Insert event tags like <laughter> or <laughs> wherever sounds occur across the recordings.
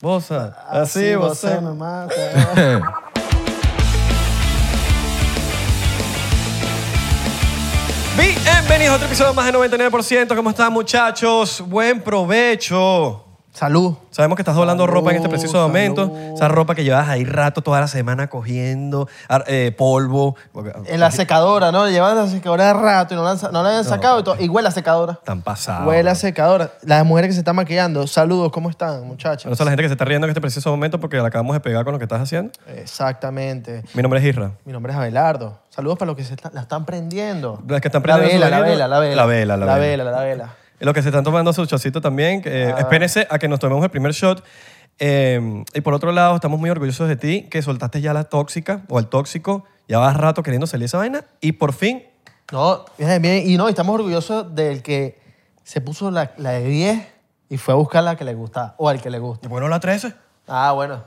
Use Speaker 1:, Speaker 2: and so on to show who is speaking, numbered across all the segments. Speaker 1: Vos, ah, así vos. eh.
Speaker 2: você
Speaker 1: <laughs>
Speaker 2: me mata.
Speaker 1: Bienvenidos a otro episodio más de 99%. ¿Cómo están, muchachos? Buen provecho.
Speaker 2: Salud.
Speaker 1: Sabemos que estás doblando
Speaker 2: Salud,
Speaker 1: ropa en este preciso
Speaker 2: salud.
Speaker 1: momento. Esa ropa que llevas ahí rato toda la semana cogiendo ar- eh, polvo.
Speaker 2: En la secadora, ¿no? Llevan la secadora de rato y no la, han sa- no la habían sacado y, todo. y huele a secadora.
Speaker 1: Tan pasado.
Speaker 2: Huele a secadora. Las mujeres que se están maquillando, saludos, ¿cómo están, muchachos?
Speaker 1: Bueno, esa es la gente que se está riendo en este preciso momento porque la acabamos de pegar con lo que estás haciendo.
Speaker 2: Exactamente.
Speaker 1: Mi nombre es Isra.
Speaker 2: Mi nombre es Abelardo. Saludos para los que se está- la están prendiendo.
Speaker 1: Las que están prendiendo su
Speaker 2: la vela, la
Speaker 1: velita.
Speaker 2: vela, la vela.
Speaker 1: La vela, la
Speaker 2: La
Speaker 1: vela.
Speaker 2: vela, la vela.
Speaker 1: Y Los que se están tomando su chocito también, que,
Speaker 2: Ah.
Speaker 1: eh, espérense a que nos tomemos el primer shot. Eh, y por otro lado, estamos muy orgullosos de ti, que soltaste ya la tóxica o al tóxico. Ya vas rato queriendo salir esa vaina y por fin
Speaker 2: No, bien, bien. Y no, estamos orgullosos del que se puso la, la de 10 y fue a buscar la que le gustaba o al que le gusta.
Speaker 1: ¿Y por qué no la eh. 13?
Speaker 2: Ah, bueno.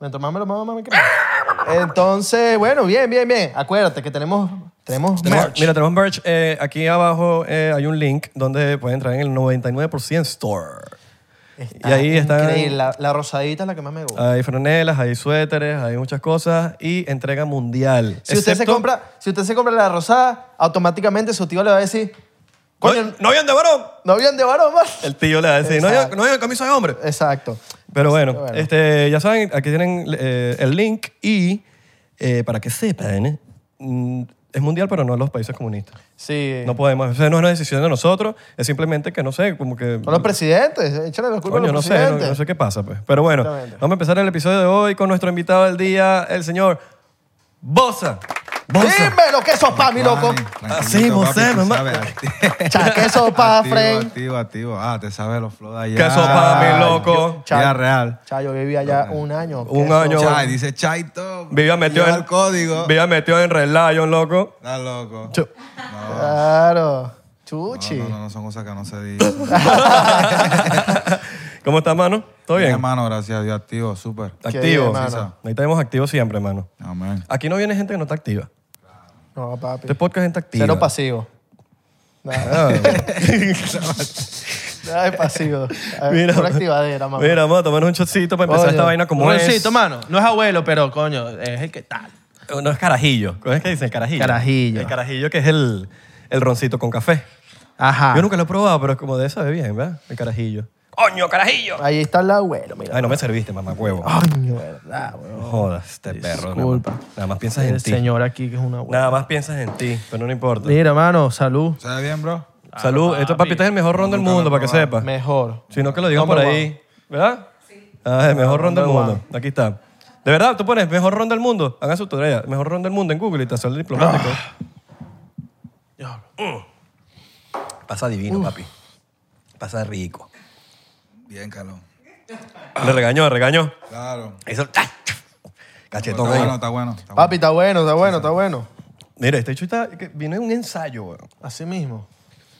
Speaker 2: Mientras más me lo mama, más me creo. Entonces, bueno, bien, bien, bien. Acuérdate que tenemos, tenemos
Speaker 1: Tenemos-
Speaker 2: merch.
Speaker 1: Mira, tenemos merch. eh, aquí abajo eh, hay un link donde pueden entrar en el 99% Store.
Speaker 2: Está
Speaker 1: y ahí está- Ah,
Speaker 2: increíble. La, la rosadita es la que más me gusta.
Speaker 1: Hay franelas, hay suéteres, hay muchas cosas y entrega mundial.
Speaker 2: si, usted se
Speaker 1: Excepto-
Speaker 2: compra, si usted se compra la rosada, automáticamente su tío le va a decir, coño,
Speaker 1: ¡No, no habían de varón!
Speaker 2: no habían de varón más.
Speaker 1: El tío le va a decir, no habían,
Speaker 2: Exacto.
Speaker 1: no habían camisa de hombre.
Speaker 2: Exacto.
Speaker 1: Pero bueno,
Speaker 2: bueno.
Speaker 1: Este, ya saben, aquí tienen eh, el link y eh, para que sepan, mm, es mundial, pero no en los países comunistas.
Speaker 2: Sí.
Speaker 1: No podemos, o sea, no es una decisión de nosotros, es simplemente que no sé, como que.
Speaker 2: Son los presidentes, échale la culpa
Speaker 1: Coño,
Speaker 2: a
Speaker 1: no
Speaker 2: los
Speaker 1: sé, no,
Speaker 2: presidentes.
Speaker 1: no sé qué pasa, pues. Pero bueno,
Speaker 2: Exactamente.
Speaker 1: vamos a empezar el episodio de hoy con nuestro invitado del día, el señor Bosa. Bosa.
Speaker 2: Dime lo que sos pa' mi loco.
Speaker 1: Así, José, mamá.
Speaker 3: <laughs>
Speaker 1: <laughs>
Speaker 2: Cha, que sopa, Fren.
Speaker 3: Activo, activo. Ah, te sabes los flow de allá.
Speaker 1: Que sopa, mi loco.
Speaker 2: Chao.
Speaker 3: Ya real.
Speaker 2: Cha, yo viví allá un año.
Speaker 1: Un
Speaker 2: que eso-
Speaker 1: año.
Speaker 3: Chay, dice Chaito.
Speaker 1: Viva metió
Speaker 3: Lleva
Speaker 1: en.
Speaker 3: el código.
Speaker 1: Viva metió en Red Lion,
Speaker 3: <laughs>
Speaker 1: loco. <laughs>
Speaker 3: Está loco.
Speaker 1: Chu-
Speaker 2: Claro. Chuchi.
Speaker 3: No, no, no, son cosas que no se dicen.
Speaker 1: ¿Cómo estás, mano? ¿Todo bien?
Speaker 3: hermano, gracias a Dios, activo, súper.
Speaker 2: Qué
Speaker 1: Activo.
Speaker 2: bien, mano.
Speaker 1: Ahí tenemos activo siempre, mano.
Speaker 3: Amén.
Speaker 1: Aquí no viene gente que no está activa.
Speaker 2: No, papi.
Speaker 1: Este podcast es gente activa.
Speaker 2: Cero pasivo. Nada,
Speaker 1: Ah,
Speaker 2: nada de pasivo. A
Speaker 1: <laughs>
Speaker 2: ver,
Speaker 1: mira,
Speaker 2: Pura activadera, mamá.
Speaker 1: mira, vamos a tomar un chocito para empezar
Speaker 2: Coño.
Speaker 1: esta vaina como es.
Speaker 4: Roncito, mano. No es abuelo, pero coño, es el que tal.
Speaker 1: No es carajillo. ¿Cómo es que dicen? Carajillo.
Speaker 4: Carajillo.
Speaker 1: El carajillo que es el, el roncito con café.
Speaker 2: Ah.
Speaker 4: Ajá.
Speaker 1: Yo nunca lo he probado, pero es como de esa de bien, ¿verdad? El carajillo. ¡Coño, carajillo!
Speaker 2: Ahí está el abuelo, mira.
Speaker 1: Ay, no me serviste, mamá huevo.
Speaker 2: Coño, verdad, bro.
Speaker 1: No jodas, este perro. nada más.
Speaker 4: Disculpa.
Speaker 1: Nada más, piensas en
Speaker 4: El
Speaker 1: ti.
Speaker 4: señor aquí que es una abuela.
Speaker 1: Nada más piensas en ti, pero no importa.
Speaker 4: Mira, mano, salud.
Speaker 3: ¿Se ve bien, bro?
Speaker 1: Salud. Esto, papi, este es el mejor ron del mundo, para que sepas.
Speaker 2: Mejor.
Speaker 1: Si no, que lo digan por ahí. ¿Verdad? Sí. Ah, el mejor ron del mundo. Aquí está. De verdad, tú pones mejor ron del mundo. Hagan su tarea. Mejor ron del mundo en Google y te sale el diplomático.
Speaker 3: Ah.
Speaker 1: Mm. Pasa divino, papi. Pasa rico.
Speaker 3: Bien, calón.
Speaker 1: Le regañó, regañó.
Speaker 3: Claro.
Speaker 1: Eso.
Speaker 3: Está
Speaker 1: Cachetón ahí.
Speaker 3: bueno, está bueno. está
Speaker 2: Papi, está bueno, está bueno, está bueno.
Speaker 1: Mira, este hecho está. que Vino en un ensayo, weón.
Speaker 2: Así mismo.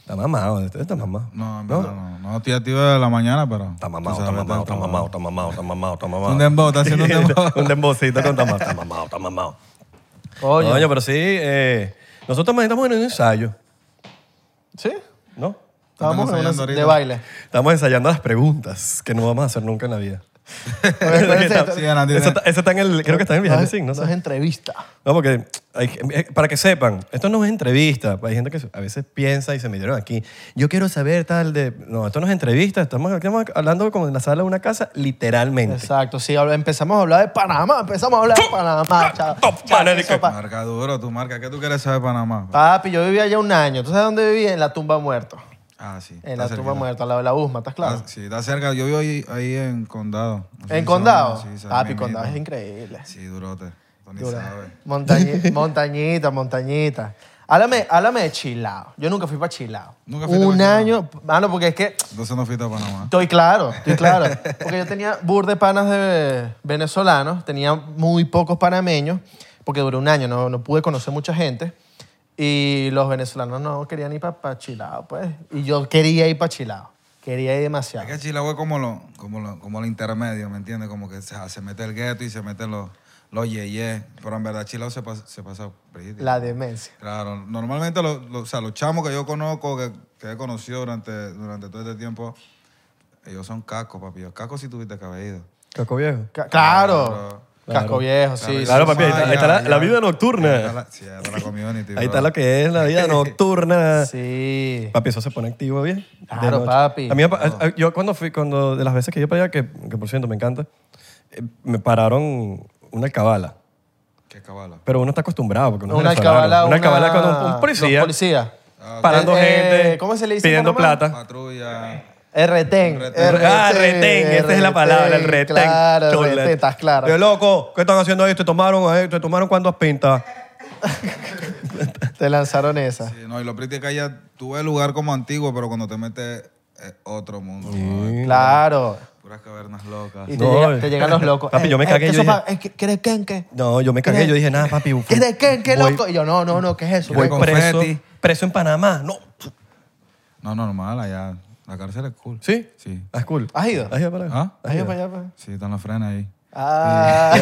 Speaker 1: Está mamado. Este está mamado.
Speaker 3: bueno. No, en verdad, no, no. No, estoy activo de la mañana, pero.
Speaker 1: Está
Speaker 3: tú
Speaker 1: mamado,
Speaker 3: sabes,
Speaker 1: está mamado, está mamado, está mamado, está mamado, está mamado.
Speaker 3: Un dembow, está
Speaker 1: <laughs>
Speaker 3: haciendo un dembow.
Speaker 1: un dembowcito con tamao. Está mamado, está mamado.
Speaker 2: Oye.
Speaker 1: Coño, pero sí, eh, nosotros más estamos en un ensayo,
Speaker 2: ¿Sí?
Speaker 1: ¿no?
Speaker 2: Estábamos en
Speaker 3: ensayando
Speaker 2: una
Speaker 3: ahorita.
Speaker 2: de baile.
Speaker 1: Estamos ensayando las preguntas que no vamos a hacer nunca en la vida.
Speaker 2: Acuérdense,
Speaker 3: Sí, Ana, tiene-
Speaker 1: Eso, está- eso está en el, creo que está en el
Speaker 2: no
Speaker 1: Behind the
Speaker 2: es-
Speaker 1: Scenes, no
Speaker 2: no es
Speaker 1: sé.
Speaker 2: entrevista.
Speaker 1: No, porque hay- eh, para que sepan, esto no es entrevista. Hay gente que a veces piensa y se metieron aquí. Yo quiero saber tal de... No, esto no es entrevista. Estamos, estamos hablando como en la sala de una casa, literalmente.
Speaker 2: Exacto, sí, habla- empezamos a hablar de Panamá, empezamos a hablar de Panamá. cha-
Speaker 1: Top
Speaker 2: cha,
Speaker 1: Panamá.
Speaker 2: eso, pa-
Speaker 3: Marca duro, tu marca. ¿Qué tú quieres saber de Panamá?
Speaker 2: Papi, yo vivía allá un año. ¿Tú sabes dónde vivía? En la tumba muerto.
Speaker 3: Ah, sí.
Speaker 2: En
Speaker 3: está
Speaker 2: la tumba
Speaker 3: cerquita.
Speaker 2: muerta, al lado de la USMA, ¿estás claro?
Speaker 3: Ah, sí, está cerca. Yo vivo ahí, ahí en Condado. No sé
Speaker 2: ¿En
Speaker 3: si
Speaker 2: condado?
Speaker 3: saben, sí, saben,
Speaker 2: Papi,
Speaker 3: mi
Speaker 2: condado es
Speaker 3: mito.
Speaker 2: increíble.
Speaker 3: Sí, durote. Tony
Speaker 2: Dura.
Speaker 3: sabe. <laughs>
Speaker 2: Montañi- montañita, montañita. Háblame, háblame de Chilao. Yo nunca fui para Chilao.
Speaker 3: Nunca fuiste
Speaker 2: Un
Speaker 3: pa' Chilao.
Speaker 2: año, mano, porque es que
Speaker 3: Entonces no fuiste a Panamá.
Speaker 2: estoy claro, estoy claro. Porque yo tenía bur de panas de venezolanos, tenía muy pocos panameños, porque duré un año, no, no pude conocer mucha gente. Y los venezolanos no querían ir para Chilao, pues. Y yo quería ir para Chilao. Quería ir demasiado.
Speaker 3: Es que Chilagüe es como lo, como lo, como lo intermedio, ¿me entiendes? Como que se, se mete el gueto y se meten los, los yeyes. Pero en verdad Chilagüe se, pasa- se pasa pretty.
Speaker 2: La demencia.
Speaker 3: Claro, normalmente los, los- o sea, los chamos que yo conozco, que, que he conocido durante, durante todo este tiempo, Ellos son cacos, papi. Los cacos sí tuviste que haber ido.
Speaker 1: Caco viejo.
Speaker 2: Ca- claro.
Speaker 1: Claro.
Speaker 2: Casco viejo, sí. sí,
Speaker 1: Claro,
Speaker 2: sí.
Speaker 1: papi, ahí está, ahí está la, la vida
Speaker 3: Ah, Ahí está
Speaker 1: nocturna.
Speaker 3: la- Sí, ahí está la community.
Speaker 1: Ahí
Speaker 3: bro.
Speaker 1: está lo que es la vida nocturna.
Speaker 2: Sí.
Speaker 1: Papi, eso se pone activo bien. de
Speaker 2: Claro,
Speaker 1: noche.
Speaker 2: papi.
Speaker 1: A mí, me pa- a- a- yo cuando fui, cuando, de las veces que yo para allá, que, que por cierto me encanta, eh, me pararon una alcabala.
Speaker 3: Qué cabala.
Speaker 1: Pero uno está acostumbrado. Porque uno es
Speaker 2: Una
Speaker 1: venezolano.
Speaker 2: alcabala.
Speaker 1: Una alcabala con un, un
Speaker 2: los
Speaker 1: policía.
Speaker 2: policía.
Speaker 3: Ah,
Speaker 1: Parando
Speaker 2: Eh,
Speaker 1: gente.
Speaker 2: ¿cómo se le dice en
Speaker 1: Pidiendo
Speaker 2: Panamá?
Speaker 1: plata.
Speaker 3: Patrulla.
Speaker 2: Retén.
Speaker 3: Retén.
Speaker 1: Ah, retén. Esa es la palabra, el retén.
Speaker 2: E Claro,
Speaker 1: Chola.
Speaker 2: retén, estás claro.
Speaker 1: Yo, loco, ¿qué están haciendo ahí? ¿Te tomaron, ahí? ¿Te tomaron cuando has pintado?
Speaker 2: Te lanzaron esa.
Speaker 3: Sí, no, y lo príncipe que ya tuve lugar como antiguo, pero cuando te metes es otro mundo. ¿no?
Speaker 2: Claro.
Speaker 3: Puras cavernas locas.
Speaker 2: Y te,
Speaker 1: No,
Speaker 2: llega-
Speaker 1: eh.
Speaker 2: te llegan los locos.
Speaker 1: Papi, yo me
Speaker 2: Eh,
Speaker 1: cagué,
Speaker 2: eh,
Speaker 1: yo
Speaker 2: eso
Speaker 1: dije-
Speaker 2: pa- eh, ¿qué- ¿Qué es qué? qué?
Speaker 1: No, yo me cagué. Yo dije, nada, papi.
Speaker 2: ¿Qué es qué? ¿Qué
Speaker 1: voy-
Speaker 2: loco? Y yo, no, no, no, ¿qué es eso?
Speaker 1: Voy
Speaker 3: Con
Speaker 1: preso,
Speaker 3: confeti.
Speaker 1: preso en Panamá. No.
Speaker 3: No, normal, allá. La cárcel es cool.
Speaker 1: ¿Sí?
Speaker 3: Sí.
Speaker 1: Ah, es cool.
Speaker 2: ¿Has ido?
Speaker 1: ¿Has ido para allá?
Speaker 3: ¿Ah?
Speaker 1: ¿Has ido para allá?
Speaker 2: para allá, pa.
Speaker 3: Sí, están los frenos ahí.
Speaker 2: Ah,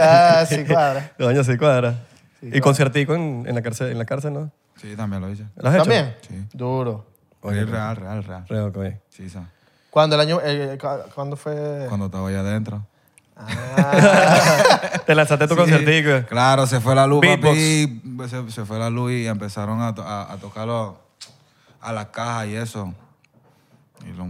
Speaker 2: ah, <laughs> sí, cuadra.
Speaker 1: Doña, <laughs> sí cuadra. y concertico en, en la cárcel, en la cárcel, ¿no?
Speaker 3: Sí, también lo hice.
Speaker 1: ¿Lo has hecho?
Speaker 2: ¿También?
Speaker 3: Sí.
Speaker 2: Duro.
Speaker 1: Oye,
Speaker 3: Sí, real, real, real.
Speaker 1: Re loco, eh.
Speaker 3: Sí, sa.
Speaker 2: ¿Cuándo el año? eh, cu- ¿Cuándo fue?
Speaker 3: Cuando estaba allá adentro.
Speaker 1: Te lanzaste tu
Speaker 3: Sí.
Speaker 1: concertico.
Speaker 3: Claro, se fue la luz,
Speaker 1: Beatbox.
Speaker 3: papi. Se, se fue la luz y empezaron a, to- a, a tocar los- a las cajas y eso. Y lo-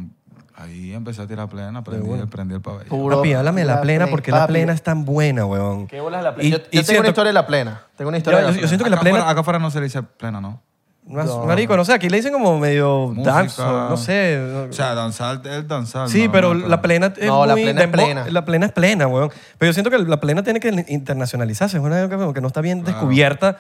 Speaker 3: ahí empecé a tirar plena, prendí, prendí el pabellón.
Speaker 2: Puro-
Speaker 1: Papi, háblame de la plena porque la
Speaker 2: papi.
Speaker 1: plena es tan buena, weón.
Speaker 2: ¿Qué bolas la
Speaker 1: Y-
Speaker 2: plena? Yo, yo
Speaker 1: y
Speaker 2: tengo
Speaker 1: siento-
Speaker 2: una historia de la plena. Tengo una
Speaker 1: Yo-
Speaker 2: historia de la
Speaker 1: yo-
Speaker 2: plena.
Speaker 1: yo siento que la
Speaker 3: Acá
Speaker 1: plena-
Speaker 3: afuera- acá afuera no se le dice plena, ¿no?
Speaker 1: No es- Marico, no sé, aquí le dicen como medio
Speaker 3: Música.
Speaker 1: dancehall, no sé.
Speaker 3: O sea, danzar es danzar.
Speaker 1: Sí,
Speaker 3: normal,
Speaker 1: pero la plena es
Speaker 2: No, la
Speaker 1: muy
Speaker 2: plena es
Speaker 1: dembow-
Speaker 2: plena.
Speaker 1: La plena es plena, weón. Pero yo siento que la plena tiene que internacionalizarse. Es una época como que no está bien descubierta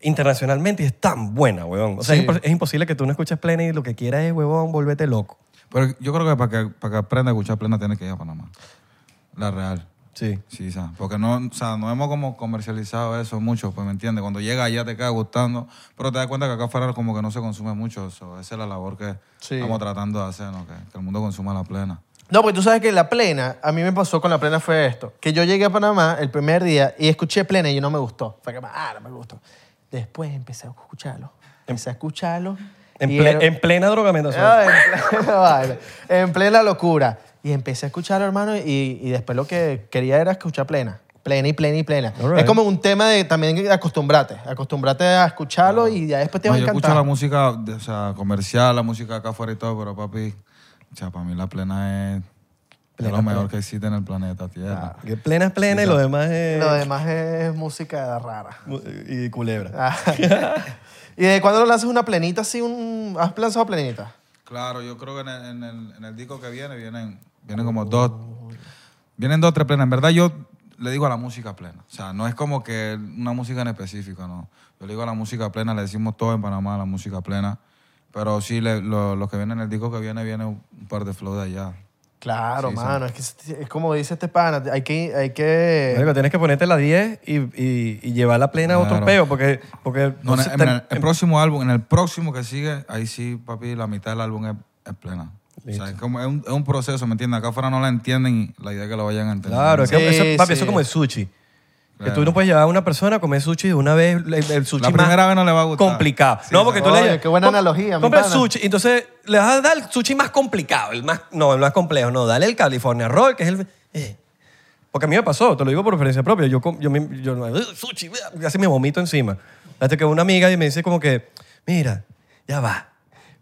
Speaker 1: internacionalmente y es tan buena, weón. O sea,
Speaker 2: Sí.
Speaker 1: es, impos- es imposible que tú no escuches plena y lo que quieras es, weón, volvete loco.
Speaker 3: Pero yo creo que para que, para que aprenda a escuchar plena tiene que ir a Panamá. La real.
Speaker 1: Sí.
Speaker 3: Sí, sa, porque no, o sea, no hemos como comercializado eso mucho, pues me entiendes. Cuando llega allá te queda gustando, pero te das cuenta que acá afuera como que no se consume mucho eso. Esa es la labor que
Speaker 2: Sí.
Speaker 3: estamos tratando de hacer, ¿no? que, que el mundo consuma la plena.
Speaker 2: No, porque tú sabes que la plena, a mí me pasó con la plena fue esto, que yo llegué a Panamá el primer día y escuché plena y no me gustó. Fue que, ah, no me gustó. Después empecé a escucharlo. Empecé a escucharlo.
Speaker 1: En,
Speaker 2: y
Speaker 1: ple-
Speaker 2: era- <laughs>
Speaker 1: en plena drogamentación.
Speaker 2: Ah, en plena <laughs> vaina, en plena locura. Y empecé a escucharlo, hermano, y, y después lo que quería era escuchar plena. Plena y plena y plena.
Speaker 1: All right.
Speaker 2: Es como un tema de también acostumbrate. Acostumbrate a escucharlo y ya después te
Speaker 3: No,
Speaker 2: va a
Speaker 3: yo escucho
Speaker 2: encantar.
Speaker 3: la música de- o sea, comercial, la música acá afuera y todo, pero papi, o sea, para mí la plena es, es lo mejor que existe en el planeta
Speaker 2: Ah.
Speaker 3: Tierra.
Speaker 1: Que plena es plena y lo demás es...
Speaker 2: Lo demás es música rara.
Speaker 1: mu- Y culebra.
Speaker 2: Ah. <laughs> ¿Y de cuándo lanzas una plenita así? Un... ¿Has lanzado plenita?
Speaker 3: Claro, yo creo que en el, en el- en el disco que viene vienen, vienen como dos, vienen dos, tres plenas. En verdad yo le digo a la música plena. O sea, no es como que una música en específico, no. Yo le digo a la música plena, le decimos todo en Panamá, la música plena. Pero sí, le- lo, lo que viene en el disco que viene, viene un un par de flow de allá.
Speaker 2: Claro, mano. Es, que es- es como dice este pana. Hay que... Hay que...
Speaker 1: Marico, tienes que ponerte la 10 y, y, y llevar la plena a otro
Speaker 3: Claro.
Speaker 1: peo porque... porque
Speaker 3: No, en,
Speaker 1: sé, em-
Speaker 3: en
Speaker 1: ten-
Speaker 3: el, el próximo álbum, en el próximo que sigue, ahí sí, papi, la mitad del álbum es, es plena. O sea, es, como, es, un, es un proceso, ¿me entiendes? Acá afuera no la entienden y la idea es que la vayan a entender.
Speaker 1: Claro, es que
Speaker 2: Sí,
Speaker 1: eso, papi,
Speaker 2: sí.
Speaker 1: eso es como el sushi. Que tú
Speaker 3: Claro.
Speaker 1: no puedes llevar a una persona a comer sushi de una vez, el, el sushi
Speaker 3: La
Speaker 1: más
Speaker 3: primera vez no le va a gustar.
Speaker 1: complicado.
Speaker 3: Sí,
Speaker 1: no, porque tú le
Speaker 2: Oye,
Speaker 1: llevas-
Speaker 2: qué buena
Speaker 1: com-
Speaker 2: analogía, mi
Speaker 1: Compra el
Speaker 2: pana.
Speaker 1: sushi, entonces le vas a dar el sushi más complicado, el más, no, el más complejo, no, dale el California Roll, que es el... eh. Porque a mí me pasó, te lo digo por experiencia propia, yo, com- yo, me- yo, "Ugh, sushi, ugh", casi me vomito encima. Hasta que una amiga y me dice como que, mira, ya va,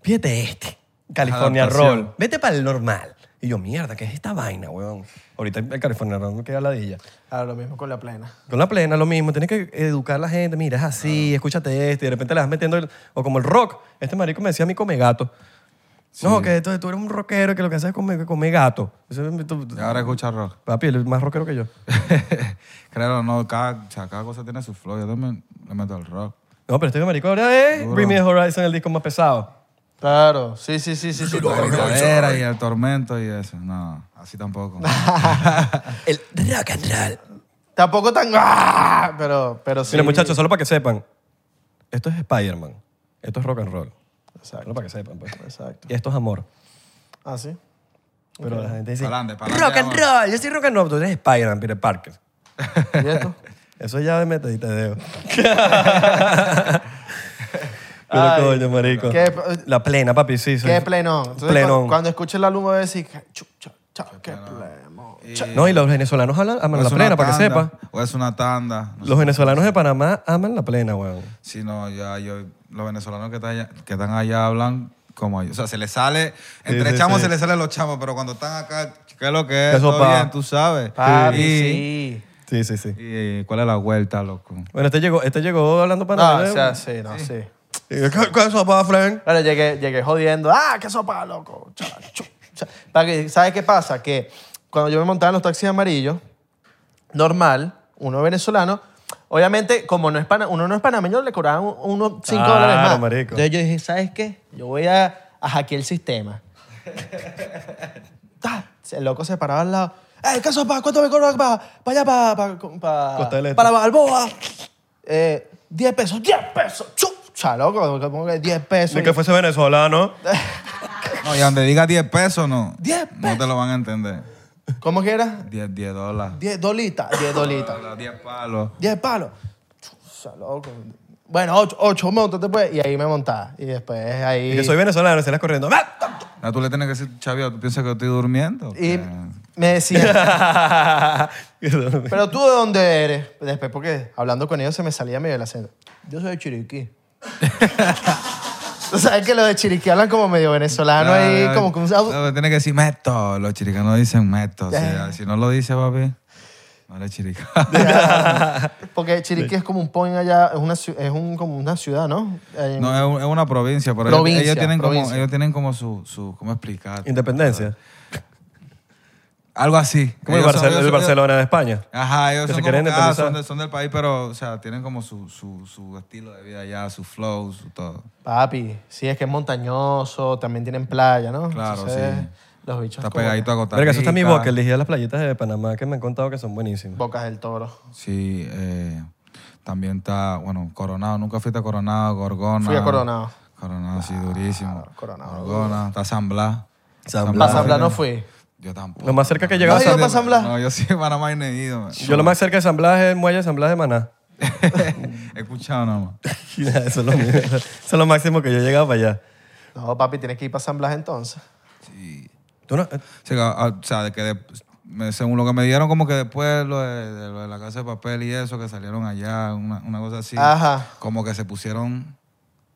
Speaker 1: pídete este, California
Speaker 3: Adaptación.
Speaker 1: Roll, vete para el normal. Y yo, mierda, ¿qué es esta vaina, weón? Ahorita el California Roll me queda ladilla.
Speaker 2: Claro, Ah, lo mismo con la plena.
Speaker 1: Con la plena, lo mismo. Tienes que educar a la gente. Mira, es así, escúchate esto. Y de repente le vas metiendo. el- o como el rock. Este marico me decía a mí come gato. No, que tú, tú eres un rockero que lo que haces es comer, comer gato. Eso es- tú-
Speaker 3: Y ahora escucha rock. <laughs>
Speaker 1: papi, él es más rockero que yo.
Speaker 3: Claro, no, cada, o sea, cada cosa tiene su flow. Yo también le meto al rock.
Speaker 1: No, pero este marico ahora es Bring Me the Horizon, el disco más pesado.
Speaker 2: Claro. Sí, sí, sí, sí. sí.
Speaker 3: La gritadera y el tormento y eso. No, así tampoco.
Speaker 1: El rock and roll.
Speaker 2: Tampoco tan... ¡Ah! Pero, pero sí.
Speaker 1: Mira, muchachos, solo para que sepan. Esto es Spider-Man. Esto es rock and roll. Solo para que sepan. Pues.
Speaker 2: Exacto.
Speaker 1: Y esto es amor.
Speaker 2: Ah, sí.
Speaker 1: Pero la gente dice...
Speaker 3: Pa'lante, pa'lante,
Speaker 1: rock and
Speaker 3: amor".
Speaker 1: roll. Yo soy rock and roll. Tú eres Spider-Man, Peter Parker.
Speaker 2: ¿Y esto? <laughs>
Speaker 1: Eso ya de meta y te dejo. Pero
Speaker 2: Ay,
Speaker 1: coño, marico.
Speaker 2: qué-
Speaker 1: la plena, papi, <laughs> sí. sí.
Speaker 2: Qué plenón. Entonces,
Speaker 1: Plenón.
Speaker 2: Cuando, cuando escuches la luma, voy a decir, chucha, chao, qué plenón.
Speaker 1: No, y los venezolanos hablan,
Speaker 2: Pues
Speaker 1: aman la
Speaker 3: es una
Speaker 1: plena, para que
Speaker 3: tanda,
Speaker 1: sepa.
Speaker 3: O es una tanda. No
Speaker 1: Los venezolanos de Panamá aman la plena, weón.
Speaker 3: Sí, no, ya yo, los venezolanos que están allá, que están allá hablan como ellos. O sea, se les sale, entre
Speaker 1: sí,
Speaker 3: chamos
Speaker 1: sí.
Speaker 3: se les salen los chamos, pero cuando están acá, ¿qué es lo que es?
Speaker 1: Eso,
Speaker 3: Todo
Speaker 1: pa.
Speaker 3: bien, tú sabes.
Speaker 2: Papi,
Speaker 3: Y-
Speaker 2: sí.
Speaker 1: Sí, sí, sí.
Speaker 3: y, ¿Cuál es la vuelta, loco?
Speaker 1: Bueno, este llegó, este llegó hablando
Speaker 2: No,
Speaker 1: Panamá.
Speaker 2: Ah, o sea, sí, no, sí.
Speaker 1: ¿Qué qué es eso, pa, Frank?
Speaker 2: Claro, llegué, llegué jodiendo. ¡Ah, qué sopa, loco! Cha, chu, cha. Para que- ¿Sabes qué pasa? Que cuando yo me montaba en los taxis amarillos, normal, uno venezolano, obviamente, como no es pana- uno no es panameño, le cobraban un- unos 5
Speaker 1: Claro,
Speaker 2: dólares más.
Speaker 1: marico.
Speaker 2: Entonces yo dije, ¿sabes qué? Yo voy a, a hackear
Speaker 1: <laughs>
Speaker 2: el sistema. Ta, el loco se paraba al lado. ¡Ey, qué sopa! ¿Cuánto me cobran para allá, para pa, pa-
Speaker 1: Costa del Este.
Speaker 2: para Balboa? Eh, 10 pesos, 10 pesos. ¡Chu! Cha, loco, ¿cómo que 10 pesos.
Speaker 1: Ni que fuese venezolano.
Speaker 3: No, y donde diga 10 pesos, no.
Speaker 2: 10
Speaker 3: No te lo van a entender.
Speaker 2: ¿Cómo que era?
Speaker 3: 10, 10 dólares.
Speaker 2: 10 dolitas. 10 dolitas.
Speaker 3: 10 palos.
Speaker 2: 10 palos. Chusa, loco. Bueno, 8, 8, montate pues. Y ahí me montaba. Y después ahí.
Speaker 1: Y que soy venezolano, se las corriendo.
Speaker 2: <laughs>
Speaker 3: Ah, tú le tienes que decir, Chavio, ¿tú piensas que estoy durmiendo?
Speaker 2: Y
Speaker 3: Que-
Speaker 2: me decían,
Speaker 3: <laughs>
Speaker 1: Pero
Speaker 2: ¿pero tú de dónde eres? Después, porque hablando con ellos se me salía medio el acento. Yo soy de
Speaker 3: <laughs>
Speaker 2: Chiriquí. <laughs> Tú sabes que los de Chiriquí hablan como medio venezolano ahí,
Speaker 3: Ah,
Speaker 2: como con un.
Speaker 3: no, Tienes que decir meto. Los chiricanos dicen meto. o sea,
Speaker 2: Ya.
Speaker 3: si no lo dice, papi, no
Speaker 2: <laughs>
Speaker 3: eres chiricano.
Speaker 2: Porque Chiriquí es como un point allá, es, una, ciu- es un, como una ciudad, ¿no? En-
Speaker 3: No, es un- es, una provincia, pero ellos-
Speaker 2: Provincia,
Speaker 3: ellos, tienen como,
Speaker 2: provincia.
Speaker 3: ellos tienen como su, su ¿cómo explicar?
Speaker 1: <laughs> Independencia.
Speaker 3: Algo así.
Speaker 1: Como el,
Speaker 3: Ellos son-
Speaker 1: Barcel-
Speaker 3: ellos
Speaker 1: el
Speaker 3: son-
Speaker 1: Barcelona de España.
Speaker 3: Ajá, ellos
Speaker 1: que
Speaker 3: son,
Speaker 1: se quieren
Speaker 3: como que, ah,
Speaker 1: independizar.
Speaker 3: son, de- son del país, pero, o sea, tienen como su, su, su estilo de vida allá, su flow, su todo.
Speaker 2: Papi, sí, es que es montañoso, también tienen playa, ¿no?
Speaker 3: Claro, sí.
Speaker 2: Los bichos.
Speaker 3: Está
Speaker 2: como
Speaker 3: pegadito a Costa
Speaker 1: Verga, eso está en mi
Speaker 3: Rica.
Speaker 1: boca, elegí a las playitas de Panamá que me han contado que son buenísimas.
Speaker 2: Bocas del toro.
Speaker 3: Sí, eh, también está, bueno, Coronado. Nunca fuiste a Coronado, Gorgona.
Speaker 2: Fui a Coronado.
Speaker 3: Coronado, sí, durísimo.
Speaker 2: Coronado.
Speaker 3: Gorgona, está San Blas.
Speaker 1: San
Speaker 2: Para San Blas no fui.
Speaker 3: Yo tampoco.
Speaker 1: Lo más cerca que
Speaker 3: No,
Speaker 1: he llegado a
Speaker 2: ¿No has
Speaker 1: San
Speaker 2: ido pa' San Blas?
Speaker 3: No, yo sí, <laughs> en Panamá y no he ido. man.
Speaker 1: Yo lo más cerca de San Blas es el muelle de San Blas de Maná.
Speaker 3: <laughs>
Speaker 1: <laughs>
Speaker 3: He escuchado nomás.
Speaker 1: eso, es lo mío. Eso es lo máximo que yo he llegado para allá.
Speaker 2: No, papi, tienes que ir para San Blas entonces.
Speaker 1: Tú no- eh,
Speaker 3: Sí, a- a- o sea, de que de- me- según lo que me dieron, como que después lo de, de lo de la casa de papel y eso, que salieron allá, una, una cosa así,
Speaker 2: Ajá.
Speaker 3: como que se pusieron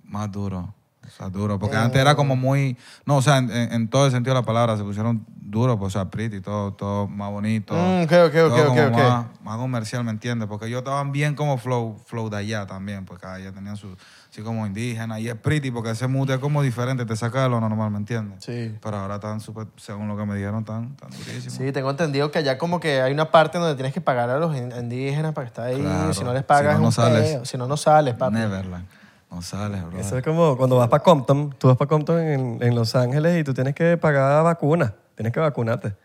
Speaker 3: más duro. O sea, duro. Porque
Speaker 2: Oh.
Speaker 3: antes era como muy. No, o sea, en, en- en todo el sentido de la palabra, se pusieron duro, pues, o sea, pretty, todo, todo más bonito.
Speaker 2: Mm, ok, ok, ok,
Speaker 3: todo como
Speaker 2: ok, ok.
Speaker 3: Más, más comercial, ¿me entiendes? Porque ellos estaban bien como flow, flow de allá también, porque allá tenían su. Así como indígena, y es pretty, porque ese mood es como diferente, te saca de lo normal, ¿me entiendes?
Speaker 2: Sí.
Speaker 3: Pero ahora están súper, según lo que me dijeron, están, están durísimos.
Speaker 2: Sí, tengo entendido que allá como que hay una parte donde tienes que pagar a los in- indígenas para que estés ahí.
Speaker 3: Claro.
Speaker 2: Si no les pagas,
Speaker 3: Si no, no
Speaker 2: es un
Speaker 3: sales.
Speaker 2: peo. Si no, no sales, papi.
Speaker 3: Neverland. No sales, bro.
Speaker 1: Eso es como cuando vas para Compton, tú vas para Compton en, en Los Ángeles y tú tienes que pagar vacuna, tienes que vacunarte.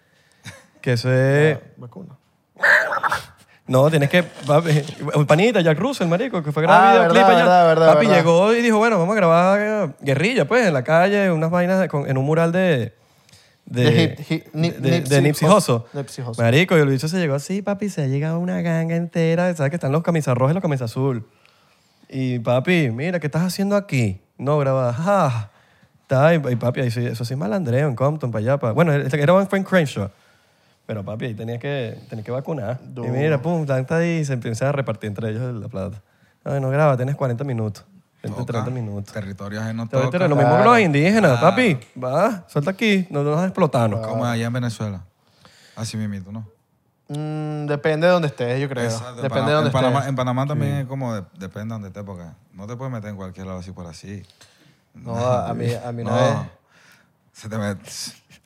Speaker 1: Que eso es...
Speaker 2: Vacuna.
Speaker 1: No, tienes que... papi, El panita, Jack Russell, marico, que fue a grabar
Speaker 2: Ah,
Speaker 1: videoclip
Speaker 2: verdad,
Speaker 1: allá.
Speaker 2: verdad, verdad,
Speaker 1: Papi
Speaker 2: verdad.
Speaker 1: llegó y dijo, bueno, vamos a grabar eh, guerrilla, pues, en la calle, unas vainas de- con- en un mural de...
Speaker 2: De Hip- Hip- Ni-
Speaker 1: de- de
Speaker 2: Nipsey
Speaker 1: Nipsey
Speaker 2: Hussle.
Speaker 1: Hussle.
Speaker 2: Nipsey Hussle.
Speaker 1: Marico, y el bicho se llegó así, papi, se ha llegado una ganga entera. ¿Sabes que están los camisas rojas y los camisas azul? Y papi, mira, ¿qué estás haciendo aquí? No, grababa. Ja. Está, y, y papi, ahí sí- eso sí es malandreo en Compton, para allá. pa- Bueno, el- era en Frank Crenshaw. Pero papi, ahí tenías que, tenías que vacunar. Y mira, pum, tanta ahí y se empieza a repartir entre ellos la plata. Ay, no graba, tienes 40 minutos. 20,
Speaker 3: Toca.
Speaker 1: 30 minutos.
Speaker 3: Territorios ajenos
Speaker 1: Te voy a
Speaker 3: toca.
Speaker 1: enterar, lo mismo que los indígenas, papi. Va, suelta aquí, no nos explotanos.
Speaker 3: Como allá en Venezuela. Así mismito, ¿no?
Speaker 2: Mm, depende de donde estés, yo creo.
Speaker 3: Exacto, en
Speaker 2: depende
Speaker 3: Panamá-
Speaker 2: de donde
Speaker 3: en Panamá,
Speaker 2: estés.
Speaker 3: En Panamá también es como, de- depende de donde estés, porque no te puedes meter en cualquier lado así por así.
Speaker 2: No, a a mí, a
Speaker 3: <laughs>
Speaker 2: mí una vez.
Speaker 3: Se te meten.
Speaker 1: <laughs>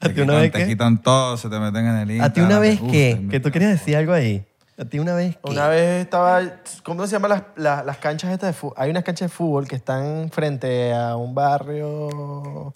Speaker 1: ¿A
Speaker 3: Te,
Speaker 1: ti una
Speaker 3: quitan-
Speaker 1: vez
Speaker 3: te
Speaker 1: qué?
Speaker 3: quitan todo, se te meten en el Instagram.
Speaker 1: A ti una vez
Speaker 3: te- uf,
Speaker 1: que,
Speaker 3: te-
Speaker 1: que tú querías decir algo ahí. A ti una vez que.
Speaker 2: Una vez estaba, ¿cómo se llaman las, las, las canchas estas de fútbol? Hay unas canchas de fútbol que están frente a un barrio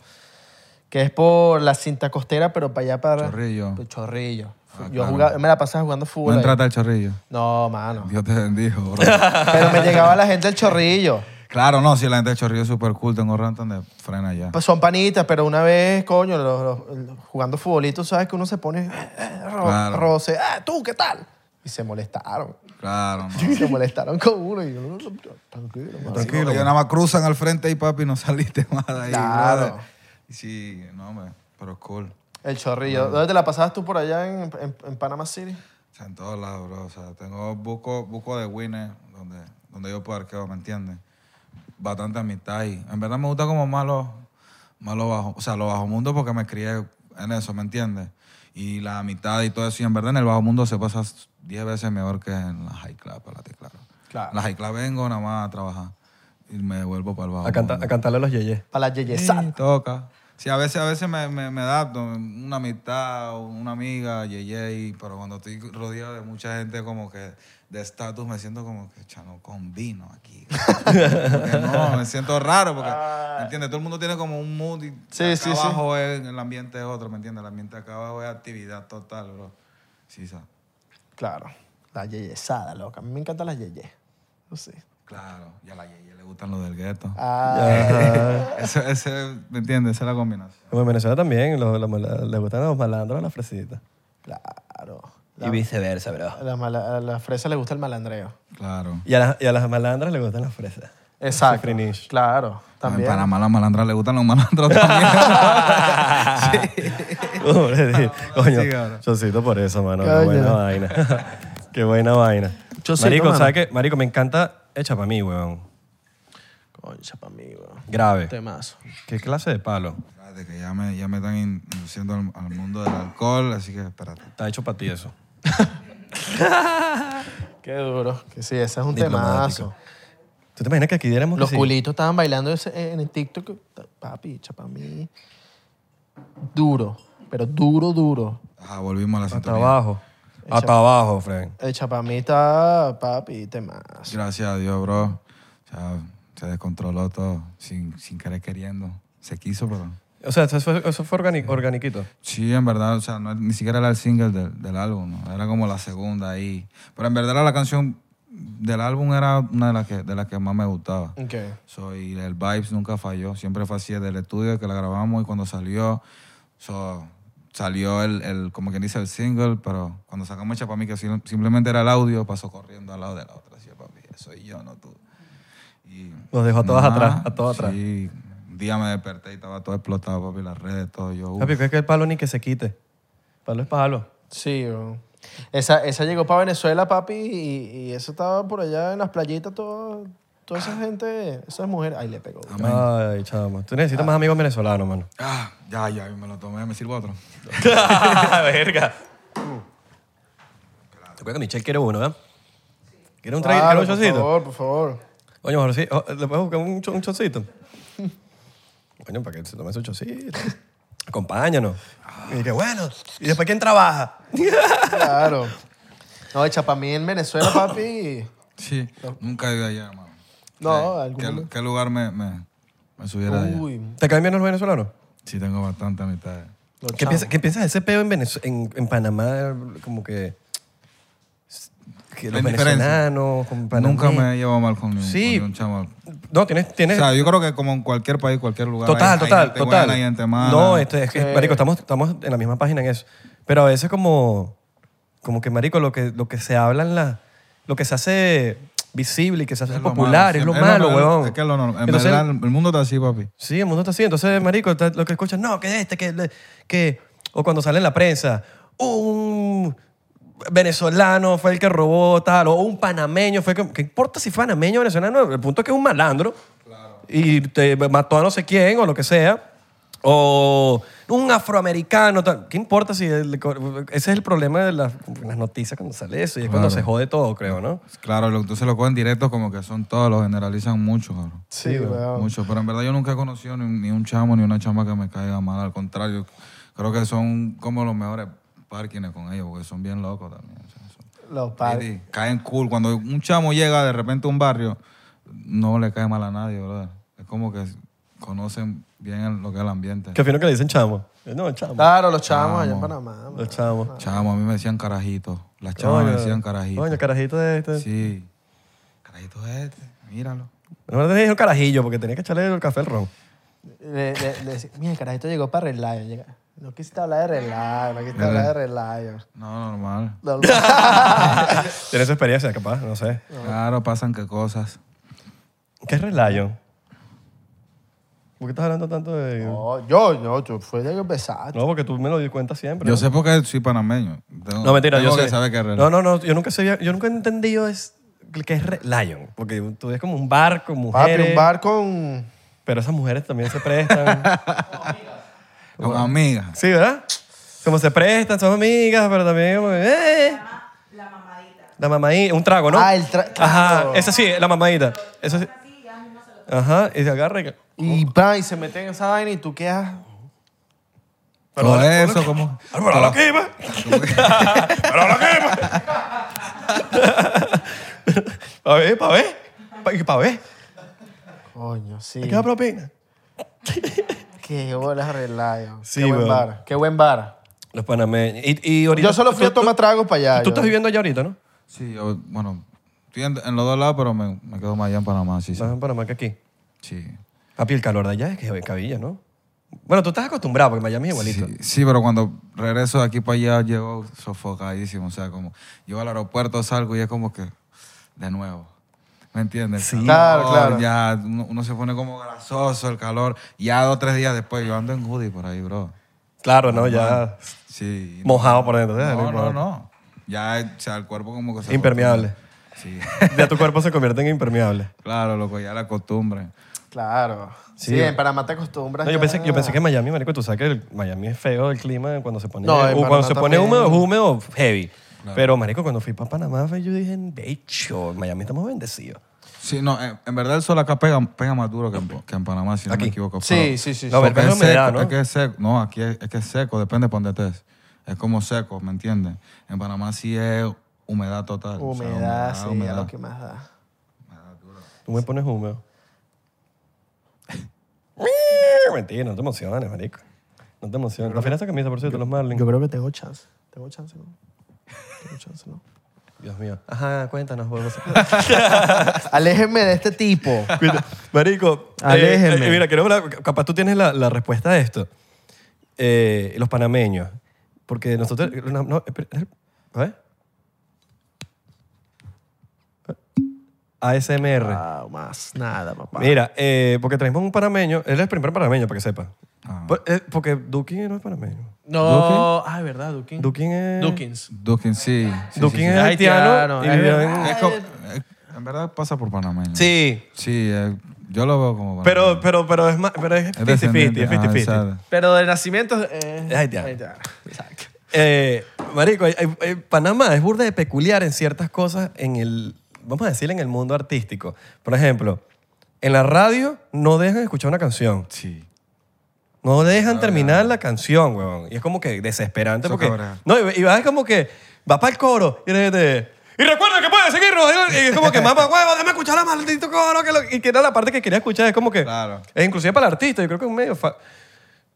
Speaker 2: que es por la cinta costera, pero para allá para...
Speaker 3: Chorrillo.
Speaker 2: Por Chorrillo.
Speaker 3: Ah,
Speaker 2: Yo
Speaker 3: claro.
Speaker 2: jugaba, me la pasaba jugando fútbol.
Speaker 3: No
Speaker 2: ahí.
Speaker 3: entraste al chorrillo.
Speaker 2: No, mano.
Speaker 3: Dios te bendijo, bro.
Speaker 1: <laughs>
Speaker 2: Pero me llegaba la gente del
Speaker 3: <laughs>
Speaker 2: chorrillo.
Speaker 3: claro, no, si la gente del chorrillo es súper cool, tengo rantan de frena allá.
Speaker 2: Pues son panitas, pero una vez, coño, los- los- los- jugando futbolito, sabes que uno se pone eh, eh, ro-
Speaker 3: Claro.
Speaker 2: roce. Ah, tú, ¿qué tal? Y se
Speaker 3: <laughs>
Speaker 2: molestaron.
Speaker 3: Claro, mano.
Speaker 2: Se molestaron con uno. Y yo, no, no, no, tranquilo, mano.
Speaker 3: Tranquilo. Ellos nada más cruzan al frente y papi, no <laughs> saliste más de ahí.
Speaker 2: Claro.
Speaker 3: brother. Y sí, no, hombre, pero cool.
Speaker 2: El chorrillo. ¿Dónde te la pasabas tú por allá en, en, en Panama City?
Speaker 3: O sea, en todos lados, bro. O sea, tengo buco, buco de winner donde, donde yo parqueo, ¿me entiendes? Bastante amistad y en verdad me gusta como más los, más los bajo, o sea, los bajo mundo porque me crié en eso, ¿me entiendes? Y la amistad y todo eso. Y en verdad en el bajo mundo se pasa 10 veces mejor que en la high club, para la claro.
Speaker 2: Claro.
Speaker 3: En la high club vengo nada más a trabajar y me vuelvo para el bajo
Speaker 1: A, canta-
Speaker 3: mundo.
Speaker 1: a cantarle a los yeyes.
Speaker 2: Para la yeyesada.
Speaker 3: Sí, toca. Sí, a veces, a veces me, me, me da una amistad, una amiga, yeye, y- pero cuando estoy rodeado de mucha gente como que de estatus me siento como que, "Cha, no combino aquí. <laughs> Porque no, me siento raro porque, ¿me entiendes? Todo el mundo tiene como un mood y
Speaker 2: Ah. Sí,
Speaker 3: acá
Speaker 2: sí, sí.
Speaker 3: abajo es- el ambiente es otro, ¿me entiendes? El ambiente acá abajo es actividad total, bro. Sí, sa-
Speaker 2: Claro. La yeyesada, loca. A mí me encantan las yeyes. No sé.
Speaker 3: claro. Y a la yeye le gustan los del gueto.
Speaker 2: Ah,
Speaker 3: Ese, ese, ¿me entiendes? Esa es la combinación.
Speaker 1: Como en Venezuela también, los- los mala- le gustan a los malandros las fresitas.
Speaker 2: claro.
Speaker 5: Y viceversa, bro.
Speaker 2: A la, mala- a la fresa le gusta el malandreo.
Speaker 3: Claro.
Speaker 1: Y a las, y a las malandras le gustan las fresas.
Speaker 2: Exacto.
Speaker 1: Sofrenish.
Speaker 2: Claro.
Speaker 3: También.
Speaker 2: También.
Speaker 3: Ah, En Panamá las malandras le gustan los malandros
Speaker 1: <laughs>
Speaker 3: también.
Speaker 1: Pobre de- Coño,
Speaker 3: Sí, cabrón.
Speaker 1: chocito por eso, mano. Qué
Speaker 2: Coño.
Speaker 1: buena vaina. <laughs> Qué buena vaina.
Speaker 4: Chocito,
Speaker 1: marico,
Speaker 4: mano.
Speaker 1: ¿sabes qué? Marico, me encanta hecha para mí, weón.
Speaker 4: Concha pa' mí, bro.
Speaker 1: Grave.
Speaker 4: Temazo.
Speaker 1: ¿Qué clase de palo?
Speaker 3: Espérate, que ya me, ya me están in- induciendo al, al mundo del alcohol, así que espérate.
Speaker 1: Está hecho para ti eso.
Speaker 2: Qué duro. Que sí, ese es un
Speaker 1: Diplomático.
Speaker 2: temazo.
Speaker 1: ¿Tú te imaginas que aquí diéramos que
Speaker 2: Los
Speaker 1: sí?
Speaker 2: culitos estaban bailando ese- eh, en el TikTok. Papi, chapa mí. Duro. Pero duro, duro.
Speaker 3: Ajá, volvimos a la
Speaker 1: Hasta
Speaker 3: sintonía.
Speaker 1: abajo. Hasta abajo, Fren.
Speaker 2: El chapamí está, papi, temazo.
Speaker 3: Gracias a Dios, bro. O sea, se descontroló todo sin, sin querer queriendo. Se quiso, pero...
Speaker 1: O sea, eso fue, eso fue organi- organiquito.
Speaker 3: Sí, en verdad, o sea, no- ni siquiera era el single del, del álbum, ¿no? era como la segunda ahí. Pero en verdad la canción del álbum era una de las que, de las que más me gustaba.
Speaker 2: Ok.
Speaker 3: So, y el Vibes nunca falló. Siempre fue así desde el estudio que la grabamos y cuando salió, so, salió el, el, como quien dice, el single, pero cuando sacamos Echa Pa' mí, que sim- simplemente era el audio, pasó corriendo al lado de la otra. Así, papi, soy yo, no tú. Y,
Speaker 1: Los dejó a todas
Speaker 3: nada,
Speaker 1: atrás, a todas atrás.
Speaker 3: Sí, un día me desperté y estaba todo explotado, papi, las redes, todo. Yo,
Speaker 1: Papi, que es que el palo ni que se quite. Palo es palo.
Speaker 2: Sí, bro. Esa, esa llegó para Venezuela, papi, y, y eso estaba por allá en las playitas, todo- toda esa gente, esas mujeres. Ahí le pegó.
Speaker 1: Ay, chamo. Tú necesitas más amigos venezolanos, <laughs> mano.
Speaker 3: Ah, ya, ya, me lo tomé, me sirvo
Speaker 1: <laughs>
Speaker 3: otro.
Speaker 1: Verga. Creo que Michelle quiere uno, ¿verdad? ¿Quiere un traguito?
Speaker 2: Claro,
Speaker 1: ¿Quiere un chocito?
Speaker 2: Por favor, por favor.
Speaker 1: Oye, mejor sí. o- ¿Le puedes buscar un, cho- un chocito? Coño, para que se tome su chocito. Acompáñanos. Y que bueno. ¿Y después quién trabaja?
Speaker 2: Claro. No, el chapamí en Venezuela, papi.
Speaker 3: Sí, nunca he ido allá, hermano.
Speaker 2: No,
Speaker 3: ¿Qué,
Speaker 2: algún.
Speaker 3: qué lugar me, me, me subiera allá?
Speaker 2: Uy,
Speaker 1: ¿Te caen bien los venezolanos?
Speaker 3: Sí, tengo bastante amistades.
Speaker 1: ¿Qué piensas, ¿Qué piensas de ese peo en, Venez- en, en Panamá? Como que. que
Speaker 3: La
Speaker 1: los
Speaker 3: indiferencia.
Speaker 1: venezolanos, con Panamá.
Speaker 3: Nunca me he llevado mal con ningún,
Speaker 1: Sí.
Speaker 3: con ningún chaval.
Speaker 1: No, tienes.
Speaker 3: O
Speaker 1: tienes
Speaker 3: sea, yo creo que como en cualquier país, cualquier lugar.
Speaker 1: total,
Speaker 3: hay- hay
Speaker 1: total,
Speaker 3: gente
Speaker 1: total.
Speaker 3: buena, hay gente mala.
Speaker 1: no, esto es que, Marico, estamos, estamos en la misma página en eso. Pero a veces, como. Como que, Marico, lo que, lo que se habla en la. Lo que se hace visible y que se hace
Speaker 3: Es lo
Speaker 1: popular
Speaker 3: malo,
Speaker 1: es lo
Speaker 3: siempre- es
Speaker 1: malo,
Speaker 3: lo-
Speaker 1: huevón.
Speaker 3: Es que es lo normal. En
Speaker 1: Entonces,
Speaker 3: verdad, el mundo está así, papi.
Speaker 1: Sí, el mundo está así. Entonces, marico, está- lo que escuchas, no, que este, que, le- que... O cuando sale en la prensa, un venezolano fue el que robó tal, o un panameño fue el que... ¿Qué importa si fue panameño o venezolano? El punto es que es un malandro y te mató a no sé quién o lo que sea. O un afroamericano, tal. ¿qué importa si... el- ese es el problema de las, las noticias cuando sale eso y es cuando se jode todo, creo, ¿no?
Speaker 3: Claro, lo- entonces lo cogen directo como que son todos, lo generalizan mucho, cabrón.
Speaker 2: sí, weón.
Speaker 3: Mucho, pero en verdad yo nunca he conocido ni, ni un chamo ni una chama que me caiga mal. Al contrario, creo que son como los mejores parkings con ellos, porque son bien locos también. o sea, son-
Speaker 2: Los padres.
Speaker 3: Sí, sí, caen cool. Cuando un chamo llega de repente a un barrio, no le cae mal a nadie, brother. Es como que conocen bien el- lo que es el ambiente.
Speaker 1: Que fino que le dicen chamo. No, chamo.
Speaker 2: Claro, los chamos allá en Panamá.
Speaker 1: Los chamos.
Speaker 3: Chamo, a mí me decían carajito. Las chamas me
Speaker 1: Coño,
Speaker 3: decían carajito.
Speaker 1: Coño, carajito de este.
Speaker 3: Sí. Carajito es este, míralo.
Speaker 1: No me dije un carajillo porque tenía que echarle el café al ron.
Speaker 2: Le, le, le decía, mira, el carajito llegó para arreglar. Llega. No quisiste hablar de relajo, no quisiste hablar de relajo.
Speaker 3: No, normal.
Speaker 2: No, no.
Speaker 1: Tienes experiencia, capaz, no sé.
Speaker 3: Claro, pasan que cosas.
Speaker 1: ¿Qué es relayo? ¿Por qué estás hablando tanto de.? No,
Speaker 2: No, yo, yo, yo, fue de que empezaste.
Speaker 1: porque tú me lo di cuenta siempre.
Speaker 3: Yo
Speaker 1: ¿no?
Speaker 3: sé por qué soy panameño. Tengo-
Speaker 1: No, mentira,
Speaker 3: tengo
Speaker 1: yo
Speaker 3: que
Speaker 1: sé.
Speaker 3: saber qué es relajo.
Speaker 1: no, no, no, yo nunca sabía, yo nunca he entendido es, qué es re- Lion, porque tú ves como un bar con mujeres,
Speaker 2: Papi, un bar con...
Speaker 1: pero esas mujeres también se prestan.
Speaker 3: Con amigas.
Speaker 1: sí, ¿verdad? Como se prestan, son amigas, pero también como, eh. La mamadita. Un trago, ¿no?
Speaker 2: Ah, el tra-
Speaker 1: Ajá,
Speaker 2: claro.
Speaker 1: esa sí, la mamadita. Esa sí. Ajá, y se agarra y...
Speaker 2: Y, pa, y se meten en esa vaina y tú quedas...
Speaker 3: Todo eso, como.
Speaker 1: Álvaro,
Speaker 2: Ah.
Speaker 1: la
Speaker 2: <laughs>
Speaker 1: quema. Álvaro, la quema. Pa' ver, pa' ver. Pa- Pa' ver.
Speaker 2: Coño, sí.
Speaker 1: ¿Qué da propina?
Speaker 2: Qué bolas relajo.
Speaker 1: Sí,
Speaker 2: Qué buen
Speaker 1: weón.
Speaker 2: bar. Qué buen bar.
Speaker 1: Los panameños. Y, y ahorita,
Speaker 2: Yo solo fui
Speaker 1: tú-
Speaker 2: a tomar
Speaker 1: tú-
Speaker 2: tragos para allá.
Speaker 1: Tú
Speaker 2: yo.
Speaker 1: estás viviendo allá ahorita, ¿no?
Speaker 3: Sí, yo, bueno, estoy en, en los dos lados, pero me, me quedo más allá en Panamá. Sí, sí.
Speaker 1: Más en Panamá que aquí.
Speaker 3: Sí.
Speaker 1: Papi, el calor de allá es que cabilla, ¿no? Bueno, tú estás acostumbrado porque Miami es igualito.
Speaker 3: Sí, sí, pero cuando regreso de aquí para allá llego sofocadísimo. O sea, como llego al aeropuerto, salgo y es como que de nuevo. ¿Me entiendes? El
Speaker 2: Claro, claro.
Speaker 3: Ya uno, uno se pone como grasoso el calor. Ya dos o tres días después yo ando en hoodie por ahí, bro.
Speaker 1: Claro, ¿no? Ya
Speaker 3: Sí.
Speaker 1: mojado por dentro. ¿eh?
Speaker 3: No, no, no. Ya o sea, el cuerpo como que
Speaker 1: <laughs>
Speaker 3: se
Speaker 1: Impermeable.
Speaker 3: acostumbra. Sí. <laughs>
Speaker 1: Ya tu cuerpo se convierte en impermeable.
Speaker 3: claro, loco, ya la costumbre.
Speaker 2: Claro.
Speaker 1: Sí,
Speaker 2: Sí,
Speaker 1: weón.
Speaker 2: en Panamá te acostumbras.
Speaker 1: No, yo,
Speaker 2: ya.
Speaker 1: pensé, yo pensé que en Miami, marico, tú sabes que el- Miami es feo el clima cuando se pone,
Speaker 2: No, en
Speaker 1: o cuando
Speaker 2: Panamá
Speaker 1: se pone
Speaker 2: también.
Speaker 1: húmedo, es húmedo, heavy. Pero, marico, cuando fui para Panamá, fe, yo dije, de hecho, en Miami estamos bendecidos.
Speaker 3: Sí, no, en, en verdad el sol acá pega, pega más duro que en, que en Panamá, si no
Speaker 1: Aquí.
Speaker 3: me equivoco.
Speaker 2: Sí,
Speaker 3: pero-
Speaker 2: sí, sí.
Speaker 1: No,
Speaker 2: sí.
Speaker 1: pero-
Speaker 3: Porque
Speaker 1: es
Speaker 3: es, seco,
Speaker 1: humedad, ¿no?
Speaker 3: es que es seco. No, aquí es, es que es seco, depende de dónde estés. Es como seco, ¿me entiendes? En Panamá sí es humedad total. o sea,
Speaker 2: Humedad, sí, a
Speaker 3: humedad.
Speaker 2: lo que más da.
Speaker 1: Tú me pones húmedo. <laughs> Mentira, no te emociones, marico. No te emociones. Refieres esa camisa, por cierto, los Marlins.
Speaker 2: Yo creo que tengo chance. Tengo chance, ¿no? Tengo chance, ¿no?
Speaker 1: Dios mío. Ajá, cuéntanos. huevos.
Speaker 2: <laughs>
Speaker 1: <laughs>
Speaker 2: Aléjenme de este tipo.
Speaker 1: Cuida- marico, eh,
Speaker 2: Aléjenme.
Speaker 1: eh, mira, quiero hablar- capaz tú tienes la, la respuesta a esto. Eh, los panameños. Porque nosotros... No, no, espera, eh, a ver. ASMR.
Speaker 2: Ah, más nada, papá.
Speaker 1: Mira, eh, porque traemos un panameño. Él es el primer panameño, para que sepa.
Speaker 3: Ah.
Speaker 1: Por- eh, porque Dukin no es panameño.
Speaker 2: No, ah, verdad, Dukin.
Speaker 1: Dukin es...
Speaker 2: Dukins.
Speaker 3: Dukin, sí. sí,
Speaker 1: Dukin
Speaker 3: sí, sí.
Speaker 1: es
Speaker 2: Ay,
Speaker 1: haitiano.
Speaker 2: claro,
Speaker 1: y
Speaker 2: es
Speaker 1: vive en-
Speaker 2: verdad.
Speaker 3: Es como- eh, en verdad pasa por Panamá. ¿no?
Speaker 1: Sí,
Speaker 3: Sí, eh, yo lo veo como
Speaker 1: pero,
Speaker 3: panameño.
Speaker 1: pero, pero es más... Pero es
Speaker 3: Es
Speaker 1: 50-50, es
Speaker 3: descendiente. Ah,
Speaker 1: 50-50.
Speaker 3: exacto.
Speaker 2: Pero de nacimiento eh,
Speaker 1: Es haitiano.
Speaker 2: Exacto.
Speaker 1: Eh, marico, hay- hay- hay- Panamá es burda de peculiar en ciertas cosas en el, vamos a decir, en el mundo artístico. Por ejemplo, en la radio no dejan escuchar una canción.
Speaker 3: Sí.
Speaker 1: No dejan terminar la canción, weón. Y es como que desesperante
Speaker 3: Ah, Eso
Speaker 1: porque...
Speaker 3: cabrón.
Speaker 1: No, y, y vas como que vas para el coro y eres de- Y recuerda que puedes seguirnos. Y es como que,
Speaker 3: <laughs>
Speaker 1: mamá, huevo, déjame escuchar la maldito coro. Que lo- y que era la parte que quería escuchar. Es como que...
Speaker 3: Claro.
Speaker 1: Es inclusive para el artista. Yo creo que es un medio... fa-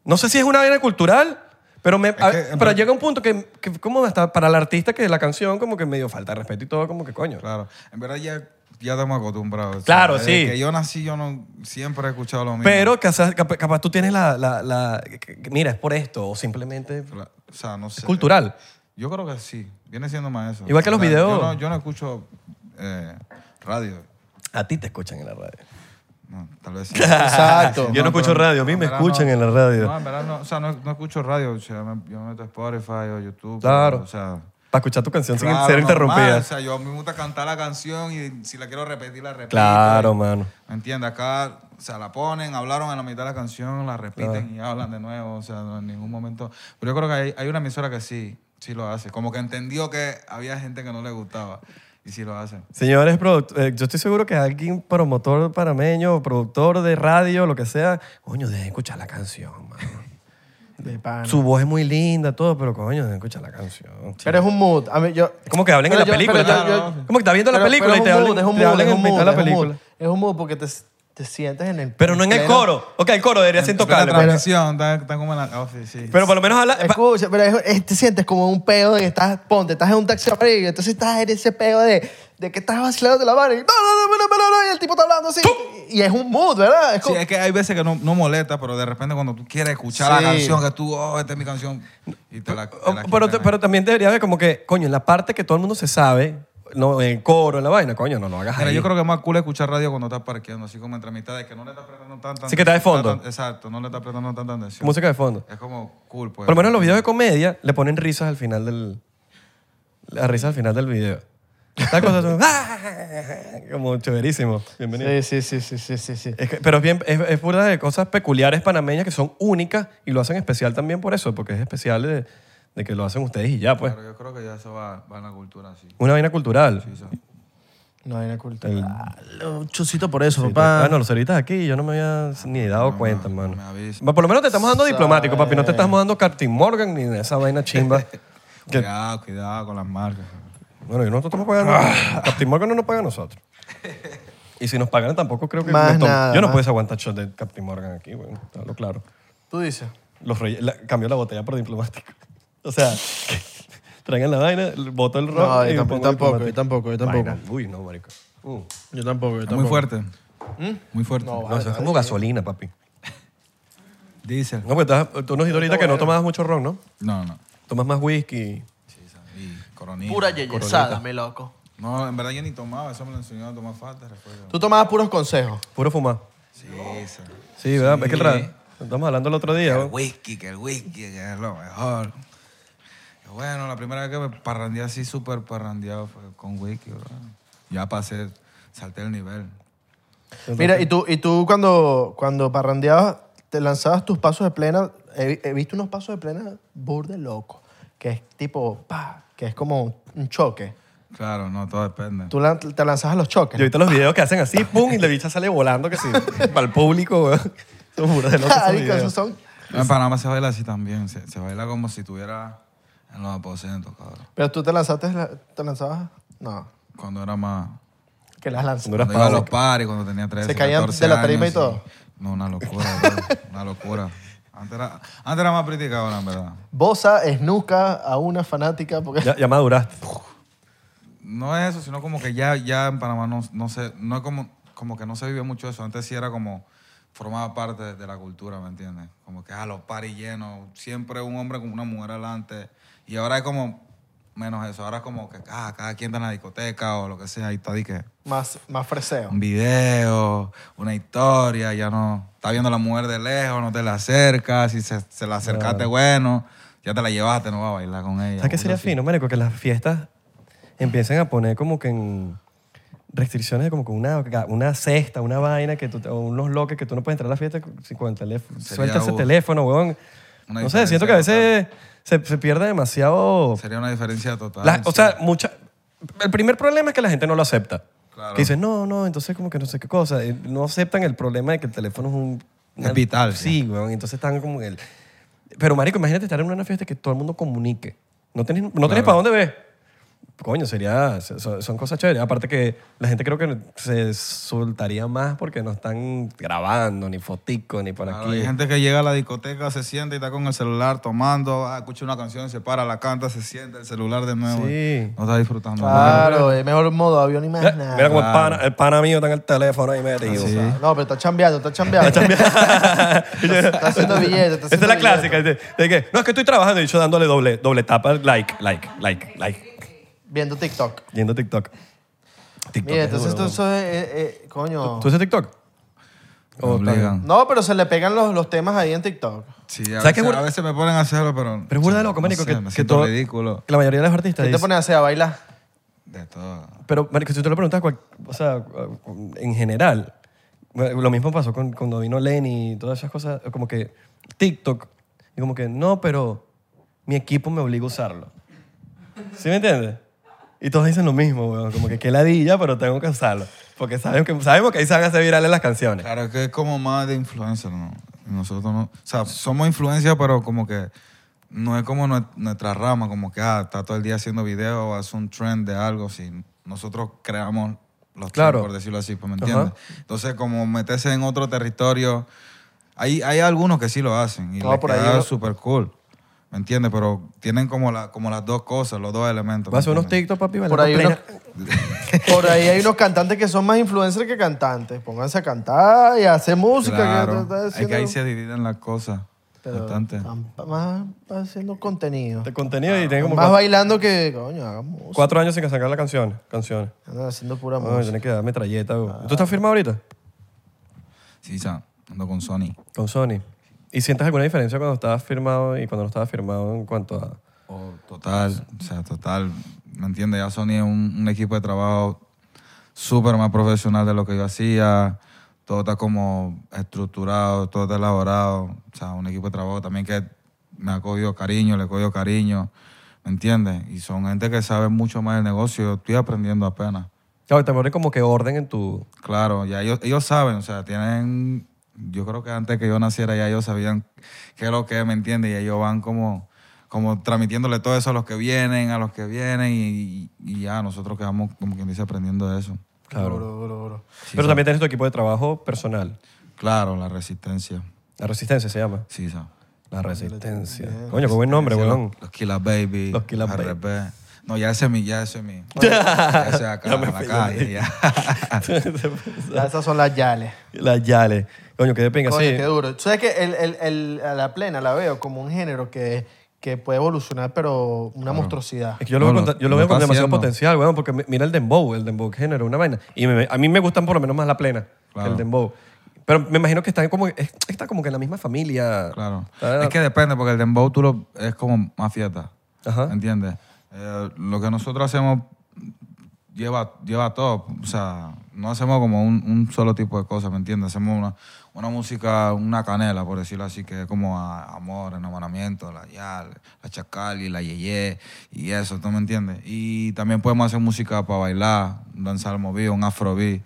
Speaker 1: No sé si es una vaina cultural, pero, me, a-
Speaker 3: que, en
Speaker 1: pero
Speaker 3: verdad-
Speaker 1: llega un punto que, que como hasta para el artista que la canción como que medio falta de respeto y todo, como que coño.
Speaker 3: Claro. En verdad ya, ya estamos acostumbrados. o sea,
Speaker 1: Claro,
Speaker 3: desde
Speaker 1: sí.
Speaker 3: que yo nací, yo no, siempre he escuchado lo mismo.
Speaker 1: Pero quizás- cap- capaz, tú tienes la... la- la- que- que- mira, es por esto o simplemente...
Speaker 3: Cla- O sea, no sé.
Speaker 1: cultural.
Speaker 3: Yo creo que sí. Viene siendo más eso.
Speaker 1: Igual que los
Speaker 3: O sea,
Speaker 1: videos.
Speaker 3: Yo no, yo no escucho eh, radio.
Speaker 1: A ti te escuchan en la radio.
Speaker 3: No,
Speaker 1: <laughs>
Speaker 3: tal vez sí.
Speaker 2: Exacto.
Speaker 1: Yo no escucho
Speaker 3: pero
Speaker 1: radio, a mí
Speaker 3: en
Speaker 1: me
Speaker 3: verdad
Speaker 1: escuchan en la radio.
Speaker 3: No, en verdad no. O sea, no, no escucho radio. O sea, me- yo me meto a Spotify o YouTube.
Speaker 1: Claro.
Speaker 3: o sea,
Speaker 1: Para escuchar tu canción sin
Speaker 3: claro,
Speaker 1: ser
Speaker 3: normal,
Speaker 1: interrumpida.
Speaker 3: O sea, yo a mí me gusta cantar la canción y si la quiero repetir, la repito.
Speaker 1: Claro,
Speaker 3: Y-
Speaker 1: mano.
Speaker 3: ¿Me entiendes? Acá o sea, la ponen, hablaron en la mitad de la canción, la repiten y hablan de nuevo. O sea, no, en ningún momento. Pero yo creo que hay, hay una emisora que sí, sí lo hace. Como que entendió que había gente que no le gustaba. Y sí lo hace.
Speaker 1: Señores, product- eh, yo estoy seguro que alguien promotor panameño, o productor de radio, lo que sea, coño, dejen escuchar la canción, mano.
Speaker 2: De pana.
Speaker 1: Su voz es muy linda, todo, pero coño, dejen escuchar la canción.
Speaker 2: Pero es un mood. A mí, yo,
Speaker 1: Como que hablen en la
Speaker 2: Pero yo-
Speaker 1: película.
Speaker 2: pero
Speaker 1: ¿no?
Speaker 2: yo-
Speaker 3: yo-
Speaker 1: Como que estás viendo la
Speaker 2: Pero-
Speaker 1: película y
Speaker 2: pero
Speaker 1: te
Speaker 2: es un
Speaker 1: hablen,
Speaker 2: mood, es un
Speaker 1: te
Speaker 2: mood,
Speaker 1: hablen
Speaker 2: es
Speaker 1: en
Speaker 2: un
Speaker 1: mitad de
Speaker 2: mood,
Speaker 1: la
Speaker 2: es un mood.
Speaker 1: película.
Speaker 2: Es un mood porque te, te sientes en el.
Speaker 1: Pero no en el
Speaker 2: pleno-
Speaker 1: coro. Ok, el coro debería ser
Speaker 3: En plena
Speaker 1: intocable. Pero,
Speaker 3: transmisión, está, está como en la office, sí.
Speaker 1: pero por lo menos habla... pa-
Speaker 2: Escucha, pero es- es- te sientes como un pedo de que estás, ponte, estás en un taxi amarillo, entonces estás en ese pedo de, de que estás vacilando de la vaina. Y, no, no, no, no, no, no, no, y el tipo está hablando así. Y es un mood, ¿verdad? Es
Speaker 3: Sí,
Speaker 2: como,
Speaker 3: es que hay veces que no, no molesta, pero de repente cuando tú quieres escuchar la
Speaker 2: Sí.
Speaker 3: canción, que tú, oh, esta es mi canción, y te la, te la
Speaker 1: oh, pero,
Speaker 3: quitan.
Speaker 1: pero también debería haber como que, coño, en la parte que todo el mundo se sabe, no, en el coro, en la vaina, coño, no lo hagas
Speaker 3: Mira,
Speaker 1: ahí.
Speaker 3: yo creo que es más cool escuchar radio cuando estás parqueando, así como entre mitad de que no le estás prestando tanta
Speaker 1: Sí, que está de fondo.
Speaker 3: tanta- exacto, no le estás prestando tanta atención.
Speaker 1: Música de fondo.
Speaker 3: Es como cool, pues.
Speaker 1: Por lo menos en los videos de comedia le ponen risas al final del... Las risas al final del video. Estas cosas son... <laughs> ¡Ah! como chéverísimo. Bienvenido.
Speaker 2: sí, sí, sí, sí, sí, sí, sí.
Speaker 1: Es que- pero es bien, es, es burda de cosas peculiares panameñas que son únicas y lo hacen especial también por eso, porque es especial de, de que lo hacen ustedes y ya, pues.
Speaker 3: Pero yo creo que ya eso va, va en la cultura así.
Speaker 1: Una vaina cultural.
Speaker 3: eso.
Speaker 2: No hay una cultura.
Speaker 1: El-
Speaker 4: Chusito Ah, por eso,
Speaker 1: Ah,
Speaker 4: papá.
Speaker 1: no, los ceritas aquí, yo no me había ni dado cuenta, mano.
Speaker 3: me avisa.
Speaker 1: Bueno, Por lo menos te estamos dando diplomático, papi. No te estamos dando Captain Morgan ni de esa vaina chimba. que-
Speaker 3: Cuidado, cuidado con las marcas.
Speaker 1: bueno, y nosotros estamos pagando. Captain Morgan no nos paga a nosotros. Y si nos pagaran tampoco creo que...
Speaker 2: Más
Speaker 1: nos tom-
Speaker 2: nada,
Speaker 1: yo no
Speaker 2: más.
Speaker 1: puedes aguantar shot de Captain Morgan aquí, güey. Claro, claro.
Speaker 2: Tú dices.
Speaker 1: Los reyes- la- cambió la botella por diplomático. <laughs> O sea, traigan la vaina, boto el ron
Speaker 2: No, yo
Speaker 1: y
Speaker 2: tampoco,
Speaker 1: pongo
Speaker 2: tampoco,
Speaker 1: diplomático.
Speaker 2: yo tampoco, yo tampoco.
Speaker 1: Vaina. Uy, no, marico. Uh,
Speaker 4: Yo tampoco, yo
Speaker 3: Está
Speaker 4: tampoco.
Speaker 3: muy fuerte.
Speaker 4: ¿Mm?
Speaker 3: Muy fuerte.
Speaker 2: No,
Speaker 1: no, eso es como gasolina, papi.
Speaker 3: Dice.
Speaker 1: No, pues estás- tú nos dijiste ahorita que no tomabas mucho ron, ¿no?
Speaker 3: No, no.
Speaker 1: Tomas más whisky.
Speaker 3: Sí, esa- y coronilla.
Speaker 4: Pura yeyesada, mi loco.
Speaker 3: No, en verdad yo ni tomaba, eso me lo enseñó a tomar falta, recuerdo.
Speaker 2: Tú tomabas puros consejos.
Speaker 1: Puro fumar.
Speaker 3: Sí, esa.
Speaker 1: Sí, ¿verdad? Es que el ra- Estamos hablando el otro día.
Speaker 3: Que el
Speaker 1: ¿no?
Speaker 3: whisky, que el whisky, que es lo mejor. Y Bueno, la primera vez que me parrandeé así, súper parrandeado, fue con whisky, bro. Ya pasé, salté el nivel.
Speaker 2: Mira, y tú, y tú cuando, cuando parrandeabas, te lanzabas tus pasos de plena. He, he visto unos pasos de plena burde loco. Que es tipo, pa, que es como un choque.
Speaker 3: Claro, no, todo depende.
Speaker 2: Tú lan- te lanzas a los choques.
Speaker 1: Yo he
Speaker 2: <laughs>
Speaker 1: visto los videos que hacen así, pum, y la bicha sale volando que sí. para el público, weón. Son burda de locos esos
Speaker 2: Marico,
Speaker 1: videos.
Speaker 2: esos son.
Speaker 3: En Panamá se baila así también, se, se baila como si estuviera en los aposentos, cabrón.
Speaker 2: Pero tú te lanzaste, la- te lanzabas. No,
Speaker 3: Cuando era más...
Speaker 2: que las lanzas.
Speaker 1: Honduras
Speaker 3: Cuando iba a
Speaker 1: Pablo.
Speaker 3: los pares, cuando tenía 13,
Speaker 2: Se caían
Speaker 3: 14
Speaker 2: de la tarima y
Speaker 3: años,
Speaker 2: todo.
Speaker 3: No, una locura, bro, una locura. Antes era, antes era más criticado, ahora, en verdad.
Speaker 2: Bosa esnuca a una fanática porque.
Speaker 1: Ya, ya maduraste.
Speaker 3: No es eso, sino como que ya, ya en Panamá no, no se, no es como, como que no se vive mucho eso. Antes sí era como formaba parte de, de la cultura, ¿me entiendes? Como que a los paris llenos, siempre un hombre con una mujer adelante. Y ahora es como menos eso. Ahora es como que ah, cada quien está en la discoteca o lo que sea, ahí está di que
Speaker 2: <laughs> Más, más freseo.
Speaker 3: un video, una historia, ya no. Está viendo a la mujer de lejos, no te la acercas, si se, se la acercaste, bueno, ya te la llevaste, no vas a bailar con ella.
Speaker 1: ¿Sabes qué
Speaker 3: Una
Speaker 1: sería
Speaker 3: así.
Speaker 1: fino, marico? Que las fiestas empiecen a poner como que en restricciones de como que una, una cesta, una vaina, que tú, o unos loques que tú no puedes entrar a la fiesta si con el teléfono.
Speaker 3: Sería
Speaker 1: Suelta ese
Speaker 3: uf.
Speaker 1: teléfono, weón.
Speaker 3: Una
Speaker 1: no sé, siento que a veces se, se pierde demasiado...
Speaker 3: Sería una diferencia total.
Speaker 1: La- o
Speaker 3: sí.
Speaker 1: sea, mucha, el primer problema es que la gente no lo acepta.
Speaker 3: Claro.
Speaker 1: Que dicen, no, no, entonces como que no sé qué cosa. Eh, No aceptan el problema de que el teléfono es un... una-
Speaker 3: Es vital,
Speaker 1: Sí, weón. Entonces están como en el... Pero, marico, imagínate estar en una fiesta que todo el mundo comunique. No tenés, no tenés para dónde ver. Coño, sería... Son, son cosas chéveres. Aparte que la gente creo que se soltaría más porque no están grabando ni fotico ni por
Speaker 3: Claro,
Speaker 1: aquí.
Speaker 3: Hay gente que llega a la discoteca, se sienta y está con el celular tomando, ah, escucha una canción, se para, la canta, se sienta, el celular de nuevo.
Speaker 1: Sí. Ah, oh,
Speaker 3: No está
Speaker 1: <laughs>
Speaker 3: disfrutando.
Speaker 2: Claro, el mejor modo avión y más
Speaker 1: Mira,
Speaker 2: nada.
Speaker 1: Eh, mira como el pana, el pana mío está en el teléfono ahí metido.
Speaker 3: Así.
Speaker 2: No, pero está chambeando, está chambeando. Está,
Speaker 1: <laughs>
Speaker 2: haciendo billetes. Está
Speaker 1: Esta es la
Speaker 2: haciendo billetes.
Speaker 1: clásica. De, de que, no, es que estoy trabajando y yo dándole doble, doble tapa, like, like, like, like.
Speaker 2: Viendo TikTok.
Speaker 1: Yendo a TikTok. TikTok.
Speaker 2: Mira,
Speaker 1: es
Speaker 2: entonces
Speaker 1: duro,
Speaker 2: esto eso es, eh, eh, coño.
Speaker 1: ¿no? ¿Tú haces TikTok?
Speaker 3: Me obligan.
Speaker 2: No, pero se le pegan los, los temas ahí en TikTok.
Speaker 3: Sí, a,
Speaker 1: ¿Sabes qué
Speaker 3: veces,
Speaker 1: burda?
Speaker 3: a veces me ponen a hacerlo, pero.
Speaker 1: Pero es burda de
Speaker 3: no
Speaker 1: loco, marico.
Speaker 3: sé,
Speaker 1: que,
Speaker 3: me
Speaker 1: que
Speaker 3: siento
Speaker 1: todo-
Speaker 3: ridículo.
Speaker 1: que la mayoría de los artistas
Speaker 2: ¿Qué te
Speaker 1: dicen-
Speaker 2: pones a hacer? A bailar.
Speaker 3: De todo.
Speaker 1: Pero, marico, si tú le preguntas, cual- o sea, en general, lo mismo pasó con cuando vino Lenny y todas esas cosas, como que TikTok, y como que, no, pero mi equipo me obliga a usarlo. ¿Sí me entiendes? Y todos dicen lo mismo, weón, como que qué ladilla, pero tengo que usarlo. Porque sabemos que, sabemos que ahí se van a hacer virales las canciones.
Speaker 3: Claro, es que es como más de influencer, ¿no? Nosotros no. O sea, somos influencia, pero como que no es como nue- nuestra rama, como que ah, está todo el día haciendo videos o hace un trend de algo. Si nosotros creamos los
Speaker 1: Claro.
Speaker 3: trends, por decirlo así, pues, ¿me
Speaker 1: Ajá.
Speaker 3: entiendes? Entonces, como meterse en otro territorio. Hay, hay algunos que sí lo hacen y
Speaker 2: No,
Speaker 3: les
Speaker 2: Ah, por ahí
Speaker 3: queda
Speaker 2: yo-
Speaker 3: súper cool. ¿Me entiendes? Pero tienen como, la, como las dos cosas, los dos elementos.
Speaker 1: Vas a hacer
Speaker 3: ¿me
Speaker 1: unos
Speaker 3: entiendes?
Speaker 1: TikTok, papi,
Speaker 2: Por
Speaker 1: bailando
Speaker 2: ahí
Speaker 1: plena.
Speaker 2: Por ahí hay unos cantantes que son más influencers que cantantes. Pónganse a cantar y a hacer música.
Speaker 3: Claro.
Speaker 2: que-
Speaker 3: Es que ahí se dividen las cosas.
Speaker 2: Pero ah.
Speaker 3: Bastante.
Speaker 2: están pa- más haciendo contenido.
Speaker 1: De contenido y tiene como
Speaker 2: Más
Speaker 1: cuatro,
Speaker 2: bailando que, coño, hagan música.
Speaker 1: cuatro años sin sacar la canción. Canciones.
Speaker 2: Andan haciendo pura
Speaker 1: Ay,
Speaker 2: música.
Speaker 1: tiene que dar metralleta. güey.
Speaker 2: Ah.
Speaker 1: ¿Tú estás firmado ahorita?
Speaker 3: Sí, ya. Ando con Sony.
Speaker 1: Con Sony. ¿Y sientes alguna diferencia cuando estabas firmado y cuando no estabas firmado en cuanto a...?
Speaker 3: Oh, total, o sea, total. ¿Me entiendes? Ya Sony es un, un equipo de trabajo súper más profesional de lo que yo hacía. Todo está como estructurado, todo está elaborado. O sea, un equipo de trabajo también que me ha cogido cariño, le he cogido cariño. ¿Me entiendes? Y son gente que sabe mucho más del negocio. Yo estoy aprendiendo apenas.
Speaker 1: Claro, te ponen como que orden en tu...
Speaker 3: Claro, ya ellos, ellos saben, o sea, tienen. Yo creo que antes que yo naciera ya ellos sabían qué es lo que es, ¿me entiendes? Y ellos van como, como transmitiéndole todo eso a los que vienen, a los que vienen, y, y ya nosotros quedamos, como quien dice, aprendiendo de eso.
Speaker 1: Claro.
Speaker 2: Duro, duro,
Speaker 1: <laughs>
Speaker 2: duro.
Speaker 1: Pero también tienes tu equipo de trabajo personal.
Speaker 3: Claro, la resistencia.
Speaker 1: La Resistencia se llama.
Speaker 3: Sí, sa.
Speaker 1: La Resistencia. Coño, qué buen nombre,
Speaker 3: Sí,
Speaker 1: weón.
Speaker 3: Los, los Killa Baby.
Speaker 1: Los Killa Baby.
Speaker 3: RP. No, ya ese es mi, ya ese
Speaker 1: <laughs>
Speaker 3: es mi. ya ese es acá,
Speaker 1: Ya me
Speaker 3: la
Speaker 1: fui,
Speaker 3: calle, ya.
Speaker 2: Ya Esas son las yales.
Speaker 1: La Yale. Coño, qué de pinga.
Speaker 2: Coño,
Speaker 1: Sí.
Speaker 2: qué duro. Tú sabes que el, el- el- a la plena la veo como un género que, que puede evolucionar, pero una monstruosidad.
Speaker 1: Es que yo lo veo
Speaker 3: No,
Speaker 1: con,
Speaker 3: lo-
Speaker 1: yo lo
Speaker 3: lo
Speaker 1: veo
Speaker 3: está
Speaker 1: con demasiado
Speaker 3: haciendo.
Speaker 1: potencial, weón, porque mi- mira el dembow, el dembow género, una vaina. Y me- a mí me gustan por lo menos más la plena que
Speaker 3: Claro.
Speaker 1: el dembow. Pero me imagino que están como, es- está como que en la misma familia.
Speaker 3: Claro.
Speaker 1: Está-
Speaker 3: Es que depende, porque el dembow tú lo, es como más fiesta.
Speaker 1: Ajá.
Speaker 3: ¿Entiendes? Eh, lo que nosotros hacemos lleva, lleva todo. O sea, no hacemos como un, un solo tipo de cosas, ¿me entiendes? Hacemos una, una música, una canela, por decirlo así, que es como a- amor, enamoramiento, la yal, la chacali, la yeye y eso, ¿tú me entiendes? Y también podemos hacer música para bailar, un danzar movido, un afrobeat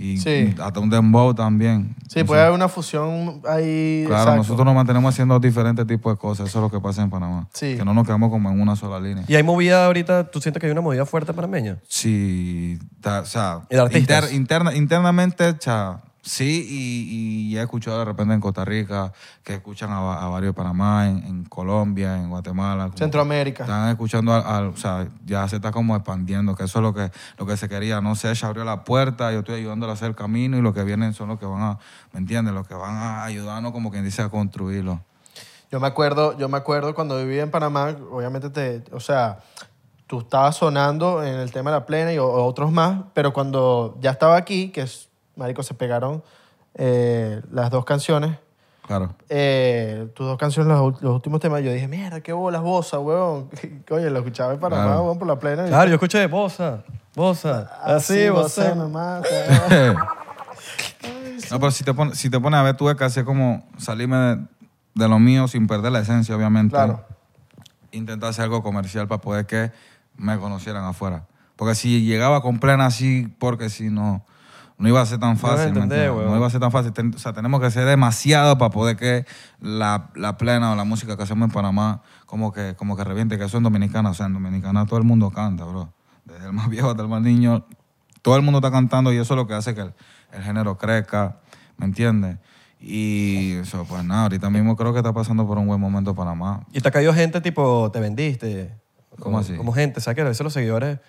Speaker 3: y
Speaker 2: Sí.
Speaker 3: hasta un dembow también.
Speaker 2: Sí, puede haber una fusión ahí.
Speaker 3: Claro,
Speaker 2: exacto.
Speaker 3: nosotros nos mantenemos haciendo diferentes tipos de cosas. Eso es lo que pasa en Panamá.
Speaker 2: Sí.
Speaker 3: Que no nos quedamos como en una sola línea.
Speaker 1: Y hay movida ahorita, ¿tú sientes que hay una movida fuerte panameña?
Speaker 3: Sí, ta- o sea,
Speaker 1: Y de artistas.
Speaker 3: inter- interna- internamente, cha, sí, y, y he escuchado de repente en Costa Rica que escuchan a, va- a varios de Panamá, en, en Colombia, en Guatemala. como-
Speaker 2: Centroamérica.
Speaker 3: Están escuchando, al, al- o sea, ya se está como expandiendo, que eso es lo que, lo que se quería. No sé, se abrió la puerta, yo estoy ayudándole a hacer el camino y los que vienen son los que van a, ¿me entiendes? Los que van a ayudarnos como quien dice a construirlo.
Speaker 2: Yo me acuerdo, yo me acuerdo cuando vivía en Panamá, obviamente te, o sea, tú estabas sonando en el tema de la plena y o- otros más, pero cuando ya estaba aquí, que es, marico, se pegaron eh, las dos canciones,
Speaker 3: Claro.
Speaker 2: eh, tus dos canciones, los, ul- los últimos temas, yo dije, mierda, qué bolas, bosa, huevón. <laughs> Coño, lo escuchaba en Panamá,
Speaker 3: Claro.
Speaker 2: huevón, por la plena. y-
Speaker 1: Claro, yo escuché Bosa, Bosa,
Speaker 2: Ah,
Speaker 1: así Bosa.
Speaker 2: bosa, me mata.
Speaker 3: No, pero si te, pon- si te pones a ver, tuve que hacer como salirme de, de lo mío sin perder la esencia, obviamente.
Speaker 2: Claro.
Speaker 3: Intentar hacer algo comercial para poder que me conocieran afuera. Porque si llegaba con plena así, porque si no, no iba a ser tan
Speaker 1: a
Speaker 3: fácil. ¿me
Speaker 1: entender,
Speaker 3: entiendes?
Speaker 1: weón.
Speaker 3: no iba a ser tan fácil. Ten- o sea, tenemos que ser demasiado para poder que la, la plena o la música que hacemos en Panamá como que, como que reviente, que eso en Dominicana. O sea, en Dominicana todo el mundo canta, bro. Desde el más <laughs> viejo hasta el más niño, todo el mundo está cantando y eso es lo que hace que el, el género crezca, ¿me entiendes? Y eso, pues nada, ahorita mismo creo que está pasando por un buen momento Panamá.
Speaker 1: Y te ha caído gente tipo, te vendiste.
Speaker 3: ¿Cómo
Speaker 1: Como-
Speaker 3: así?
Speaker 1: Como gente, ¿sabes que a veces los seguidores...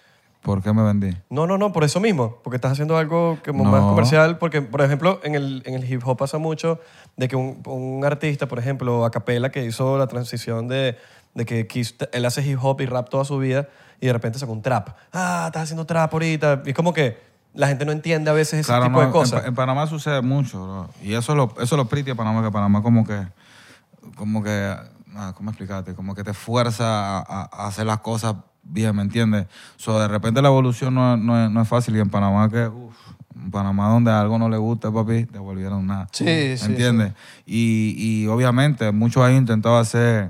Speaker 3: ¿Por qué me vendí?
Speaker 1: No, no, no, por eso mismo, porque estás haciendo algo como
Speaker 3: No.
Speaker 1: más comercial, porque por ejemplo en el, en el hip hop pasa mucho de que un, un artista, por ejemplo, a capela que hizo la transición de, de que quis- él hace hip hop y rap toda su vida y de repente sacó un trap. Ah, estás haciendo trap ahorita. Y es como que la gente no entiende a veces ese
Speaker 3: Claro,
Speaker 1: tipo
Speaker 3: no, em,
Speaker 1: de
Speaker 3: en
Speaker 1: cosas.
Speaker 3: Pa- En, Panamá sucede mucho, bro. Y eso es lo, eso es lo pretty de Panamá, que Panamá como que, como que, ah, ¿cómo explicarte? Como que te fuerza a, a- a hacer las cosas bien, ¿me entiendes? So, de repente la evolución no, es- no es, no es fácil y en Panamá que, uff, en Panamá donde algo no le gusta, papi, te volvieron nada.
Speaker 2: Sí,
Speaker 3: ¿me
Speaker 2: sí,
Speaker 3: ¿Entiendes? Y, y obviamente muchos han intentado hacer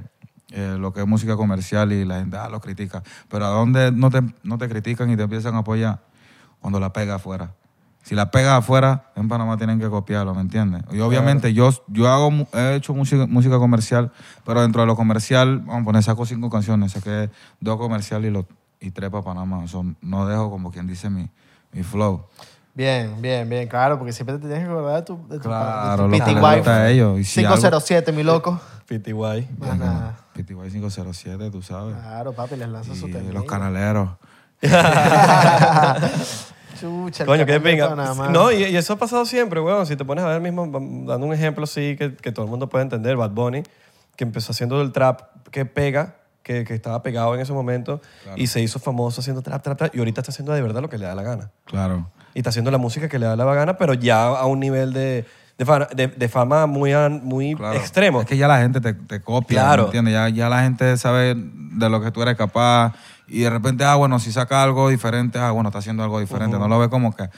Speaker 3: eh, lo que es música comercial y la gente ah, lo critica. Pero ¿a dónde no te, no te critican y te empiezan a apoyar? Cuando la pega afuera. Si la pega afuera, en Panamá tienen que copiarlo, ¿me entiendes? Y obviamente yo, yo hago, mu- he hecho música, música comercial, pero dentro de lo comercial, vamos a poner, saco cinco canciones, saqué dos comerciales y, lo, y tres para Panamá. O sea, no dejo como quien dice mi, mi flow.
Speaker 2: Bien, bien, bien, claro, porque siempre te tienes que acordar de tu, de tu,
Speaker 3: Claro,
Speaker 2: de tu
Speaker 3: lo que
Speaker 2: PT
Speaker 3: le
Speaker 2: Wife.
Speaker 3: gusta a ellos. Y si algo-
Speaker 2: 507, mi loco.
Speaker 3: em. <laughs>
Speaker 1: PTY.
Speaker 2: Más nada.
Speaker 3: PTY 507, tú sabes.
Speaker 2: Ah, Claro, papi, les lanza su
Speaker 3: y
Speaker 2: temita.
Speaker 3: los canaleros.
Speaker 2: <laughs> Chucha, el
Speaker 1: Coño, qué
Speaker 2: carajo
Speaker 1: pinga.
Speaker 2: no nada más.
Speaker 1: No, y, y eso ha pasado siempre, weón. Si te pones a ver mismo, vam- dando un ejemplo así que, que todo el mundo puede entender, Bad Bunny, que empezó haciendo el trap que pega, que, que estaba pegado en ese momento, y se hizo famoso haciendo trap, trap, trap, y ahorita está haciendo de verdad lo que le da la gana.
Speaker 3: Claro.
Speaker 1: Y está haciendo la música que le da la gana, pero ya a un nivel de, de, fa- de- de fama muy, an- muy
Speaker 3: Claro.
Speaker 1: extremo.
Speaker 3: Es que ya la gente te, te copia,
Speaker 1: Claro.
Speaker 3: ¿me ¿entiendes? Ya, ya la gente sabe de lo que tú eres capaz y de repente, ah, bueno, si saca algo diferente, ah, bueno, está haciendo algo diferente. No lo ve como que...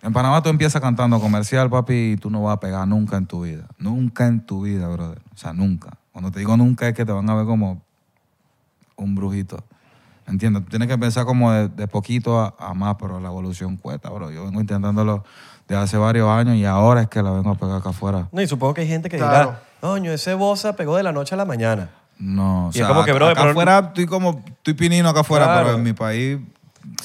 Speaker 3: En Panamá tú empiezas cantando comercial, papi, y tú no vas a pegar nunca en tu vida. Nunca en tu vida, brother. O sea, nunca. Cuando te digo nunca es que te van a ver como un brujito. ¿Entiendes? Tú tienes que pensar como de, de poquito a, a más, pero la evolución cuesta, bro. Yo vengo intentándolo desde hace varios años y ahora es que la vengo a pegar acá afuera.
Speaker 1: No, y supongo que hay gente que
Speaker 2: Claro.
Speaker 1: dirá, coño, ese bosa pegó de la noche a la mañana.
Speaker 3: No, o
Speaker 1: Y es como que, brother,
Speaker 3: acá
Speaker 1: pero-
Speaker 3: afuera estoy como, estoy pinino acá afuera,
Speaker 1: Claro.
Speaker 3: pero en mi país...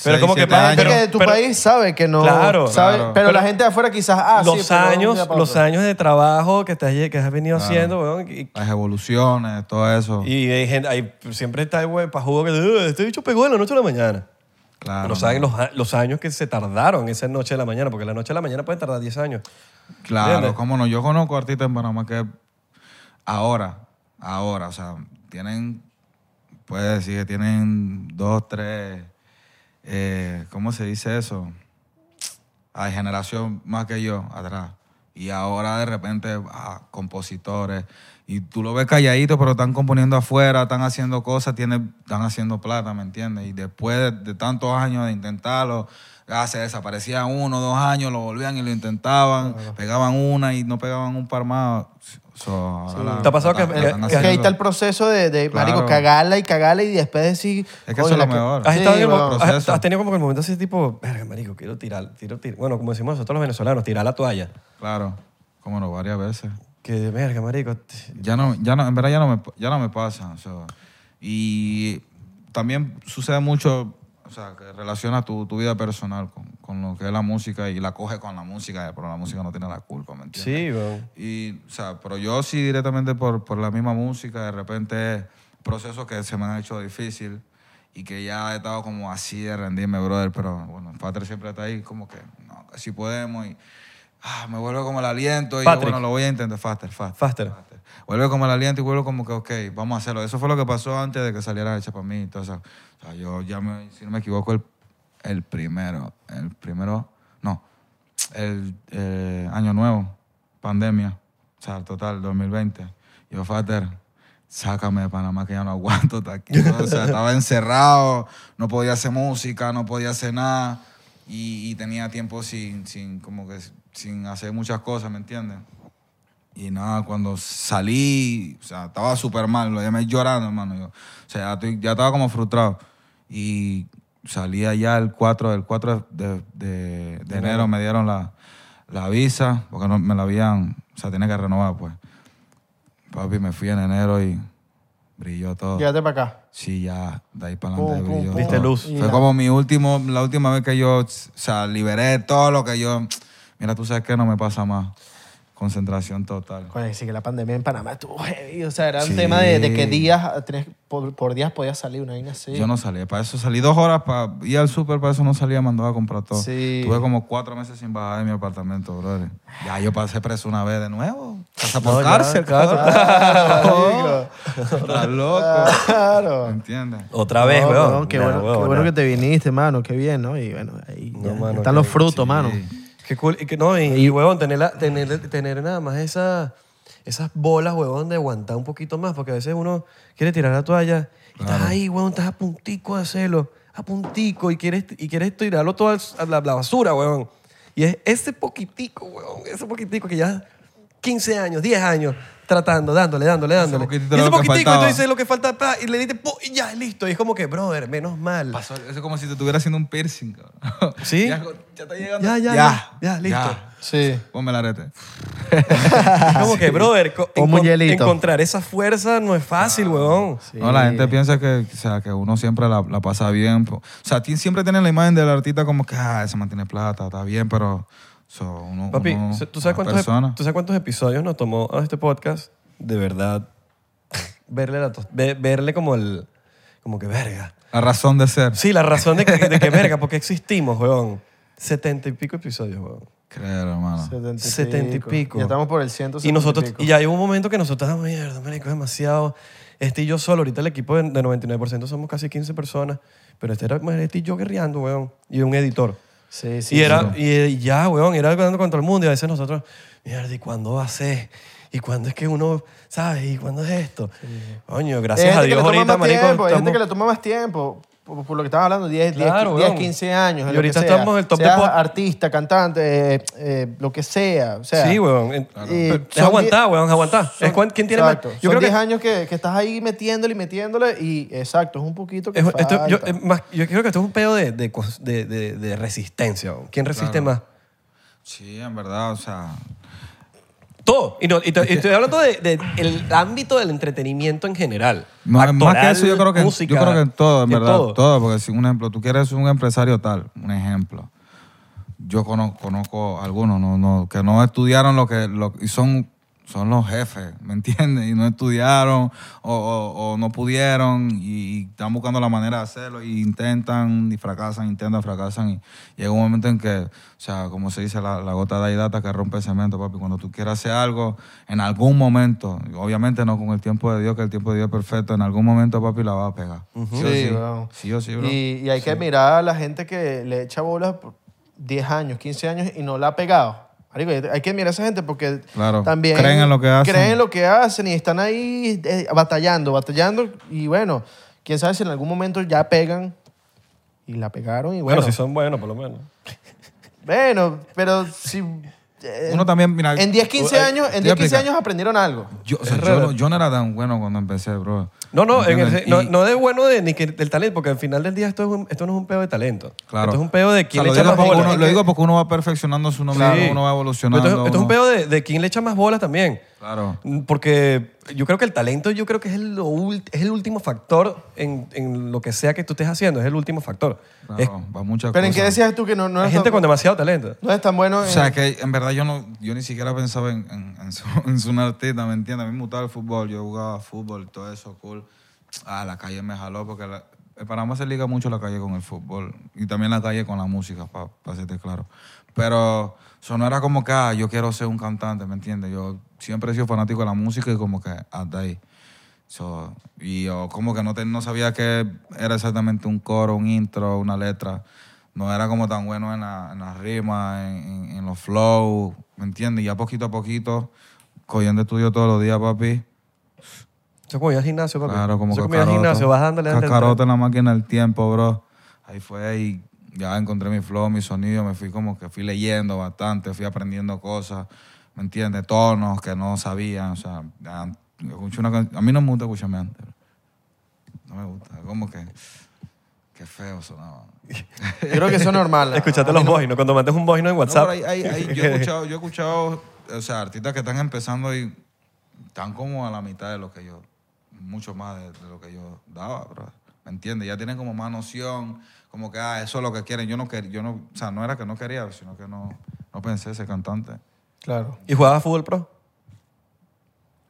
Speaker 1: Pero
Speaker 3: seis,
Speaker 1: como que
Speaker 3: siete
Speaker 1: pa-
Speaker 2: La gente
Speaker 1: pero-
Speaker 2: que de tu
Speaker 1: pero-
Speaker 2: país sabe que no.
Speaker 1: Claro.
Speaker 2: sabe-
Speaker 3: Claro.
Speaker 2: Pero, la
Speaker 1: Pero-
Speaker 2: gente de afuera quizás. Ah, sí,
Speaker 1: los
Speaker 2: pero de un día
Speaker 1: años,
Speaker 2: para
Speaker 1: los
Speaker 2: otro.
Speaker 1: años de trabajo que, te has, lle- que has venido haciendo, weón, y-
Speaker 3: Las evoluciones, todo eso.
Speaker 1: Y hay gente, hay- siempre está el güey pajudo que "Ugh, este bicho pegó de la noche a la mañana.
Speaker 3: claro.
Speaker 1: no saben los, a- los años que se tardaron esa noche de la mañana, porque la noche de la mañana puede tardar 10 años.
Speaker 3: Claro,
Speaker 1: ¿Entiendes?
Speaker 3: cómo no. Yo conozco artistas en Panamá que ahora, ahora, o sea, tienen, puedes decir que tienen dos, tres, eh, ¿cómo se dice eso? Hay generación más que yo atrás. Y ahora de repente, ah, compositores. Y tú lo ves calladito, pero están componiendo afuera, están haciendo cosas, tienen, están haciendo plata, ¿me entiendes? Y después de, de tantos años de intentarlo, ah, se desaparecía uno, dos años, lo volvían y lo intentaban, pegaban una y no pegaban un par más. So, ahora la-
Speaker 1: ¿Te ha pasado
Speaker 3: la-
Speaker 1: que- eh,
Speaker 3: la
Speaker 1: que-
Speaker 3: están
Speaker 1: que-
Speaker 2: Es Eh, que ahí
Speaker 3: haciendo.
Speaker 2: está el proceso de, de
Speaker 3: Claro.
Speaker 2: marico, cagarla y cagarla y después decir.
Speaker 3: Es que
Speaker 2: coño,
Speaker 3: eso es
Speaker 2: la
Speaker 3: lo mejor.
Speaker 1: ¿Has,
Speaker 2: Sí,
Speaker 1: estado en el mo-
Speaker 2: weón.
Speaker 1: has-
Speaker 3: proceso.
Speaker 1: has tenido como que el momento así tipo, verga, marico, quiero tirar, tiro, tiro. Bueno, como decimos nosotros los venezolanos, tirar la toalla.
Speaker 3: Claro, cómo no, varias veces.
Speaker 1: Que, verga, marico. t-
Speaker 3: ya no, ya no, en verdad ya no me, ya no me pasa. o sea, y también sucede mucho, o sea, que relaciona tu, tu vida personal con, con lo que es la música y la coge con la música, pero la música no tiene la culpa, ¿me entiendes?
Speaker 1: Sí, weón.
Speaker 3: Y, o sea, pero yo sí directamente por, por la misma música, de repente procesos que se me han hecho difícil y que ya he estado como así de rendirme, brother, pero bueno, Patrick siempre está ahí como que, no, si podemos y ah, me vuelvo como el aliento y yo,
Speaker 1: Patrick.
Speaker 3: bueno, lo voy a intentar, faster, faster.
Speaker 1: Faster.
Speaker 3: Vuelve como el aliento y vuelvo como que, ok, vamos a hacerlo. Eso fue lo que pasó antes de que saliera hecha para mí. Entonces, o sea, yo ya, me, si no me equivoco, el, el primero, el primero, no, el eh, año nuevo, pandemia, o sea, total, 2020. Yo, Fater, sácame de Panamá que ya no aguanto estar aquí. ¿no? O sea, estaba encerrado, no podía hacer música, no podía hacer nada y, y tenía tiempo sin, sin, como que, sin hacer muchas cosas, ¿me entiendes? Y nada, cuando salí, o sea, estaba súper mal, lo llamé llorando, hermano. Yo, o sea, ya, estoy- ya estaba como frustrado. Y salí allá el 4, el 4 de, de- de enero, me dieron la, la visa, porque no, me la habían, o sea, tenía que renovar, pues. Papi, me fui en enero y brilló todo.
Speaker 2: Llévate para acá.
Speaker 3: Sí, ya, de ahí para
Speaker 2: Pum,
Speaker 3: adelante
Speaker 2: pum,
Speaker 3: brilló
Speaker 2: pum.
Speaker 1: Diste
Speaker 3: todo.
Speaker 1: luz.
Speaker 2: Y
Speaker 3: Fue
Speaker 2: la-
Speaker 3: como mi último, la última vez que yo, o sea, liberé todo lo que yo. Mira, tú sabes que no me pasa más. Concentración total.
Speaker 2: Coño, sí que la pandemia en Panamá estuvo heavy. O sea, era
Speaker 3: Sí.
Speaker 2: un tema de, de que días, tenías- por, por días podías salir una vaina así. <laughs>
Speaker 3: Yo no salía. Para eso salí dos horas para ir al súper, para eso no salía, mandaba a comprar todo.
Speaker 2: Sí.
Speaker 3: Tuve como cuatro meses sin bajar de mi apartamento, brother. Ya yo pasé preso una vez
Speaker 1: <laughs>
Speaker 3: de nuevo. Hasta por
Speaker 1: No, ya,
Speaker 3: cárcel,
Speaker 1: claro.
Speaker 2: <laughs>
Speaker 3: cabrón. Estás loco.
Speaker 2: Claro.
Speaker 3: ¿Entiendes?
Speaker 1: Otra vez,
Speaker 2: No,
Speaker 1: weón.
Speaker 2: weón, Qué
Speaker 1: Nah,
Speaker 2: bueno,
Speaker 1: weón,
Speaker 2: qué bueno
Speaker 1: nah.
Speaker 2: que te viniste, mano. Qué bien, ¿no? Y bueno, ahí
Speaker 1: No,
Speaker 2: ya
Speaker 1: mano,
Speaker 2: están
Speaker 1: qué-
Speaker 2: los frutos, mano.
Speaker 1: Qué cool. Y que, no, y, y, huevón, tener, la- tener, tener nada más esa, esas bolas, huevón, de aguantar un poquito más, porque a veces uno quiere tirar la toalla y estás ahí, huevón, estás a puntico de hacerlo, a puntico, y quieres, y quieres tirarlo todo al- a la, la basura, huevón. Y es ese poquitico, huevón, ese poquitico que ya 15 años, 10 años tratando, dándole, dándole, dándole.
Speaker 3: poquitito
Speaker 1: y
Speaker 3: era
Speaker 1: ese
Speaker 3: lo que
Speaker 1: poquitico, y tú
Speaker 3: faltaba.
Speaker 1: dices lo que falta, pa, y le diste, po, y ya, listo. Y es como que, brother, menos mal.
Speaker 3: Pasó- eso es como si te estuviera haciendo un piercing, cabrón.
Speaker 1: ¿Sí?
Speaker 3: <laughs> Ya, ya está llegando.
Speaker 1: Ya, ya, ya, ya, listo.
Speaker 2: Sí.
Speaker 3: Ponme el arete.
Speaker 1: Es como que, brother, co-
Speaker 2: Un
Speaker 1: encon-
Speaker 2: muñelito.
Speaker 1: encontrar esa fuerza no es fácil, huevón.
Speaker 3: No, la gente piensa que, o sea, que uno siempre la, la pasa bien. po- O sea, ti- siempre tienen la imagen del artista como que, ah, se mantiene plata, está bien, pero so, uno,
Speaker 1: Papi,
Speaker 3: uno-
Speaker 1: ¿tú sabes,
Speaker 3: una
Speaker 1: cuántos,
Speaker 3: persona.
Speaker 1: tú sabes cuántos episodios nos tomó a este podcast? <laughs> De verdad, verle, la tos- ve- verle como el... Como que, verga,
Speaker 3: La razón de ser.
Speaker 1: Sí, la razón de que, de que verga, porque existimos, weón. Setenta y pico episodios, weón.
Speaker 3: Créelo, hermano.
Speaker 1: Setenta y pico.
Speaker 2: Ya estamos por el 170
Speaker 1: Y nosotros,
Speaker 2: pico.
Speaker 1: y ya hay un momento que nosotros, ah, mierda, marico, es demasiado. Este y yo solo, ahorita el equipo de, de 99% somos casi 15 personas, pero este era más este y yo guerreando, weón, y un editor.
Speaker 2: Sí,
Speaker 1: y
Speaker 2: sí.
Speaker 1: era, y, eh, ya, weón, era ganando contra el mundo, y a veces nosotros, mierda, ¿y cuándo va a ser? ¿Y cuándo es que uno, sabes? ¿Y cuándo es esto? Coño,
Speaker 2: Hay
Speaker 1: gracias
Speaker 2: gente
Speaker 1: a
Speaker 2: que le
Speaker 1: Dios
Speaker 2: toma
Speaker 1: ahorita,
Speaker 2: más
Speaker 1: marico,
Speaker 2: tiempo, hay gente
Speaker 1: estamos-
Speaker 2: que le toma más tiempo. Por, por lo que estabas hablando, 10, 10,
Speaker 1: Claro,
Speaker 2: 10,
Speaker 1: weón.
Speaker 2: 15 años.
Speaker 1: Y
Speaker 2: lo que
Speaker 1: ahorita
Speaker 2: sea.
Speaker 1: estamos en el top de
Speaker 2: Seas
Speaker 1: pop.
Speaker 2: artista, cantante, eh, eh, lo que sea. O sea
Speaker 1: Sí, weón. en-
Speaker 2: Y
Speaker 1: pero Es
Speaker 2: son
Speaker 1: aguantar,
Speaker 2: die-
Speaker 1: weón, es aguantar. Es cuan- ¿Quién tiene más?
Speaker 2: Exacto.
Speaker 1: Yo
Speaker 2: Son
Speaker 1: creo que
Speaker 2: 10 años que, que estás ahí metiéndole y metiéndole y exacto, es un poquito que
Speaker 1: Es- esto- yo,
Speaker 2: falta.
Speaker 1: eh, más- yo creo que esto es un pedo de, de cos- de- de- de resistencia. weón. ¿Quién resiste más?
Speaker 3: Sí, en verdad, o sea.
Speaker 1: Todo. Y, no, y te- y estoy hablando del de, el ámbito del entretenimiento en general.
Speaker 3: No, más que
Speaker 1: Actoral,
Speaker 3: eso, yo creo que,
Speaker 1: música,
Speaker 3: yo creo que en todo, en verdad.
Speaker 1: todo.
Speaker 3: Todo. porque si un ejemplo, tú quieres un empresario tal, un ejemplo. Yo cono- conozco, algunos no, no, que no estudiaron lo que. Lo, y son, son los jefes, ¿me entiendes? Y no estudiaron o, o- o no pudieron y, y están buscando la manera de hacerlo y intentan y fracasan, intentan, fracasan. Y llega un momento en que, o sea, como se dice, la, la gota de data que rompe el cemento, papi. Cuando tú quieras hacer algo, en algún momento, obviamente no con el tiempo de Dios, que el tiempo de Dios es perfecto, en algún momento, papi, la va a pegar. Sí, o
Speaker 2: Sí,
Speaker 3: sí.
Speaker 2: weón.
Speaker 3: Sí o sí, bro.
Speaker 2: Y, y hay que mirar a la gente que le echa bolas por 10 años, 15 años y no la ha pegado. Marico, hay que mirar a esa gente porque
Speaker 3: Claro,
Speaker 2: también
Speaker 3: creen en lo que hacen.
Speaker 2: creen en lo que hacen y están ahí eh, batallando, batallando y bueno, quién sabe si en algún momento ya pegan y la pegaron y bueno.
Speaker 1: Bueno, si son buenos, por lo menos.
Speaker 2: Bueno, pero si... eh,
Speaker 3: Uno también, mira.
Speaker 2: En 10, 15 años, en
Speaker 3: te voy
Speaker 2: 10,
Speaker 3: a
Speaker 2: 15
Speaker 3: explicar.
Speaker 2: años aprendieron algo.
Speaker 3: Yo, o sea, yo, no, yo no era tan bueno cuando empecé, bro.
Speaker 1: No, no, en el-
Speaker 3: ¿Entiendes?
Speaker 1: no,
Speaker 3: Y-
Speaker 1: no de bueno de, ni que del talento, porque al final del día esto, es un- esto no es un pedo de talento.
Speaker 3: Claro.
Speaker 1: Esto es un pedo de quién
Speaker 3: O sea,
Speaker 1: le echa más
Speaker 3: lo digo porque
Speaker 1: bolas.
Speaker 3: uno- lo digo porque uno va perfeccionando su nombre,
Speaker 1: Sí.
Speaker 3: uno va evolucionando.
Speaker 1: Esto, es- esto es un
Speaker 3: uno-
Speaker 1: pedo de, de quién le echa más bolas también.
Speaker 3: Claro.
Speaker 1: Porque yo creo que el talento yo creo que es el, lo ul- es el último factor en, en lo que sea que tú estés haciendo. Es el último factor.
Speaker 3: Claro,
Speaker 1: Es-
Speaker 3: va muchas
Speaker 2: Pero ¿en qué
Speaker 3: cosas.
Speaker 2: decías tú que no, no
Speaker 1: hay
Speaker 2: eres
Speaker 1: gente
Speaker 2: tan,
Speaker 1: con demasiado talento.
Speaker 2: no eres tan bueno?
Speaker 3: O
Speaker 2: en-
Speaker 3: sea, que en verdad yo no yo ni siquiera pensaba en, en, en su- <laughs> en ser un artista, ¿me entiendes? A mí me gustaba el fútbol, yo jugaba fútbol, todo eso, cool. Ah, la calle me jaló porque la- en Panamá se liga mucho la calle con el fútbol y también la calle con la música, para hacerte claro. Pero eso no era como que ah, yo quiero ser un cantante, ¿me entiendes? Yo siempre he sido fanático de la música y como que hasta ahí. So, y yo como que no, te- no sabía que era exactamente un coro, un intro, una letra. No era como tan bueno en la, en las rimas, en, en- en los flows, ¿me entiendes? Y ya poquito a poquito, cogiendo estudio todos los días, papi.
Speaker 1: Eso es como ir al gimnasio, papi.
Speaker 3: Claro, como
Speaker 1: Eso es como ir al
Speaker 3: cacaroto.
Speaker 1: gimnasio, vas dándole dándole,
Speaker 3: Cacaroto en la máquina del tiempo, bro. Ahí fue y ya encontré mi flow, mi sonido. Me fui como que fui leyendo bastante, fui aprendiendo cosas, ¿me entiendes? Tonos que no sabía. O sea, ya, yo escuché una can- a mí no me gusta escucharme antes. bro. No me gusta. Como que... Qué feo sonaba.
Speaker 2: Yo creo que eso es
Speaker 3: <laughs>
Speaker 2: normal. ah,
Speaker 1: Escuchate los bojinos. Cuando mandes un bojino en
Speaker 3: No,
Speaker 1: WhatsApp.
Speaker 3: pero ahí- ahí-
Speaker 1: <laughs>
Speaker 3: ahí yo, he escuchado, yo he escuchado, o sea, artistas que están empezando y están como a la mitad de lo que yo, mucho más de, de lo que yo daba, bro. ¿Me entiendes? Ya tienen como más noción, como que, ah, eso es lo que quieren. Yo no quería, yo no, o sea, no era que no quería, sino que no, no pensé ese cantante.
Speaker 2: Claro.
Speaker 1: ¿Y jugabas fútbol pro?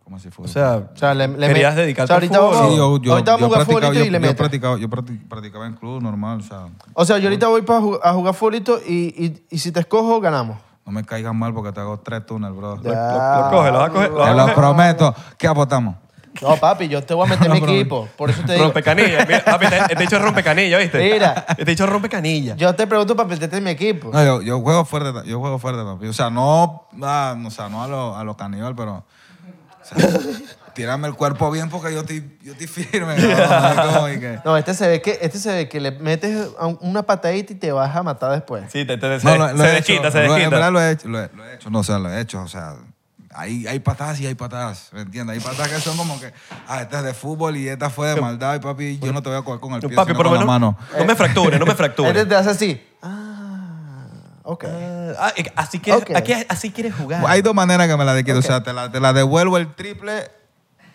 Speaker 3: ¿Cómo así fue?
Speaker 1: O sea,
Speaker 2: O sea, le, le
Speaker 1: ¿Querías
Speaker 2: met-
Speaker 1: dedicarte
Speaker 2: o sea,
Speaker 1: al
Speaker 2: ahorita
Speaker 1: fútbol?
Speaker 2: vamos-
Speaker 3: Sí, yo,
Speaker 2: ahorita
Speaker 3: yo, yo
Speaker 2: vamos a jugar
Speaker 3: practicaba,
Speaker 2: futbolito
Speaker 3: yo,
Speaker 2: y le
Speaker 3: yo
Speaker 2: metes.
Speaker 3: practicaba, yo practi- practicaba en club normal, o sea,
Speaker 2: O sea, yo ahorita voy pa ju- a jugar futbolito y, y, y si te escojo, ganamos.
Speaker 3: no me caigan mal porque te hago tres túneles, bro.
Speaker 1: lo, lo- lo coge, lo vas a coger. Lo vas
Speaker 3: Te
Speaker 1: a
Speaker 3: lo
Speaker 1: coger.
Speaker 3: prometo. ¿Qué apostamos?
Speaker 2: No, papi, yo te voy a meter
Speaker 3: <laughs>
Speaker 2: mi equipo. Por eso te digo.
Speaker 1: Rompecanilla. Mira, papi, te, te he dicho rompecanilla, ¿viste?
Speaker 2: Mira.
Speaker 1: Te he dicho rompecanilla.
Speaker 2: Yo te pregunto para meterte en mi equipo.
Speaker 3: No, yo, yo juego fuerte, ta- yo juego fuerte, papi. O sea, no, ah, o sea, no a los a lo caníbal, pero. o
Speaker 1: <laughs>
Speaker 3: sea, tírame el cuerpo bien porque yo estoy, yo estoy firme. cabrón, ¿no? Como y que-
Speaker 2: No, este se ve que, este se ve que le metes a un- una patadita y te vas a matar después.
Speaker 1: Sí, te, te-
Speaker 3: No,
Speaker 1: se,
Speaker 3: lo- lo
Speaker 1: se
Speaker 3: he
Speaker 1: desquita,
Speaker 3: hecho,
Speaker 1: se
Speaker 3: lo-
Speaker 1: desquita.
Speaker 3: En verdad lo he hecho, lo he, lo he hecho. No, o sea, lo he hecho. O sea, hay, hay patadas y hay patadas, ¿me entiendes? Hay patadas que son como que, ah, esta es de fútbol y esta fue de maldad y papi, yo no te voy a coger con el pie,
Speaker 1: papi,
Speaker 3: sino
Speaker 1: por lo
Speaker 3: con la
Speaker 1: menos.
Speaker 3: mano.
Speaker 1: No me fracture, no me
Speaker 3: eh.
Speaker 2: Este
Speaker 1: fracture.
Speaker 2: te hace así. Ah, ok.
Speaker 1: Ah, eh, así, quieres,
Speaker 2: Ok.
Speaker 1: aquí- así quieres jugar.
Speaker 3: Hay dos maneras que me la dequido. O sea, te la, te la devuelvo el triple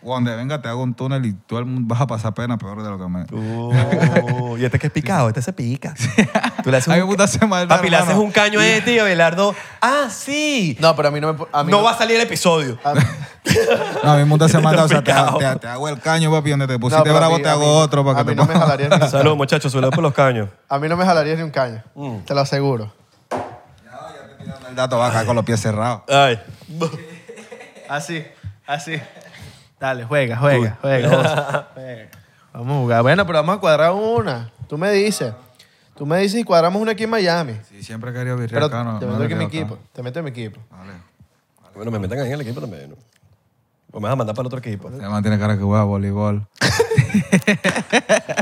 Speaker 3: o donde venga te hago un túnel y tú el mundo vas a pasar pena peor de lo que me...
Speaker 1: Uh, y este que es picado, este se pica. Tú le haces
Speaker 3: <laughs> A mí
Speaker 1: un,
Speaker 3: me gusta hacer maldad,
Speaker 1: Papi, le haces
Speaker 3: hermano.
Speaker 1: un caño a este y Abelardo. Ah, sí. No,
Speaker 2: No, pero a mí no me. pu- A mí
Speaker 1: va a salir el episodio.
Speaker 3: No, a mí me gusta hacer maldad, o sea, te,
Speaker 1: Picado.
Speaker 3: te- te hago el caño, papi, donde te
Speaker 2: no,
Speaker 3: <laughs> pusiste
Speaker 2: pero a
Speaker 3: bravo
Speaker 2: mí-
Speaker 3: te
Speaker 2: a
Speaker 3: hago
Speaker 2: mí-
Speaker 3: otro para
Speaker 2: a
Speaker 3: que
Speaker 2: mí
Speaker 3: te
Speaker 2: no me
Speaker 3: pongas-
Speaker 2: jalarías
Speaker 3: <laughs>
Speaker 2: ni un-
Speaker 1: Salud, muchachos, suelo por los caños.
Speaker 2: A mí no me jalarías ni un caño.
Speaker 3: Mm.
Speaker 2: Te lo aseguro.
Speaker 3: El dato va acá con los pies cerrados.
Speaker 1: Ay.
Speaker 4: Así, así. Dale, juega, juega, juega. vos. Juega.
Speaker 3: <laughs>
Speaker 2: Vamos a jugar. Bueno, pero vamos a cuadrar una. Tú me dices. Tú me dices y cuadramos una aquí en Miami.
Speaker 3: Sí, siempre he querido virrear
Speaker 2: Pero
Speaker 3: acá, no-
Speaker 2: te
Speaker 3: no
Speaker 2: meto
Speaker 3: le Ah.
Speaker 2: aquí en mi
Speaker 3: quedo acá.
Speaker 2: equipo. Te meto en mi equipo.
Speaker 3: Vale.
Speaker 1: Bueno, me metan ahí en el equipo también. ¿no? O me vas a mandar para el otro equipo.
Speaker 3: Este man tiene cara que juega a voleibol.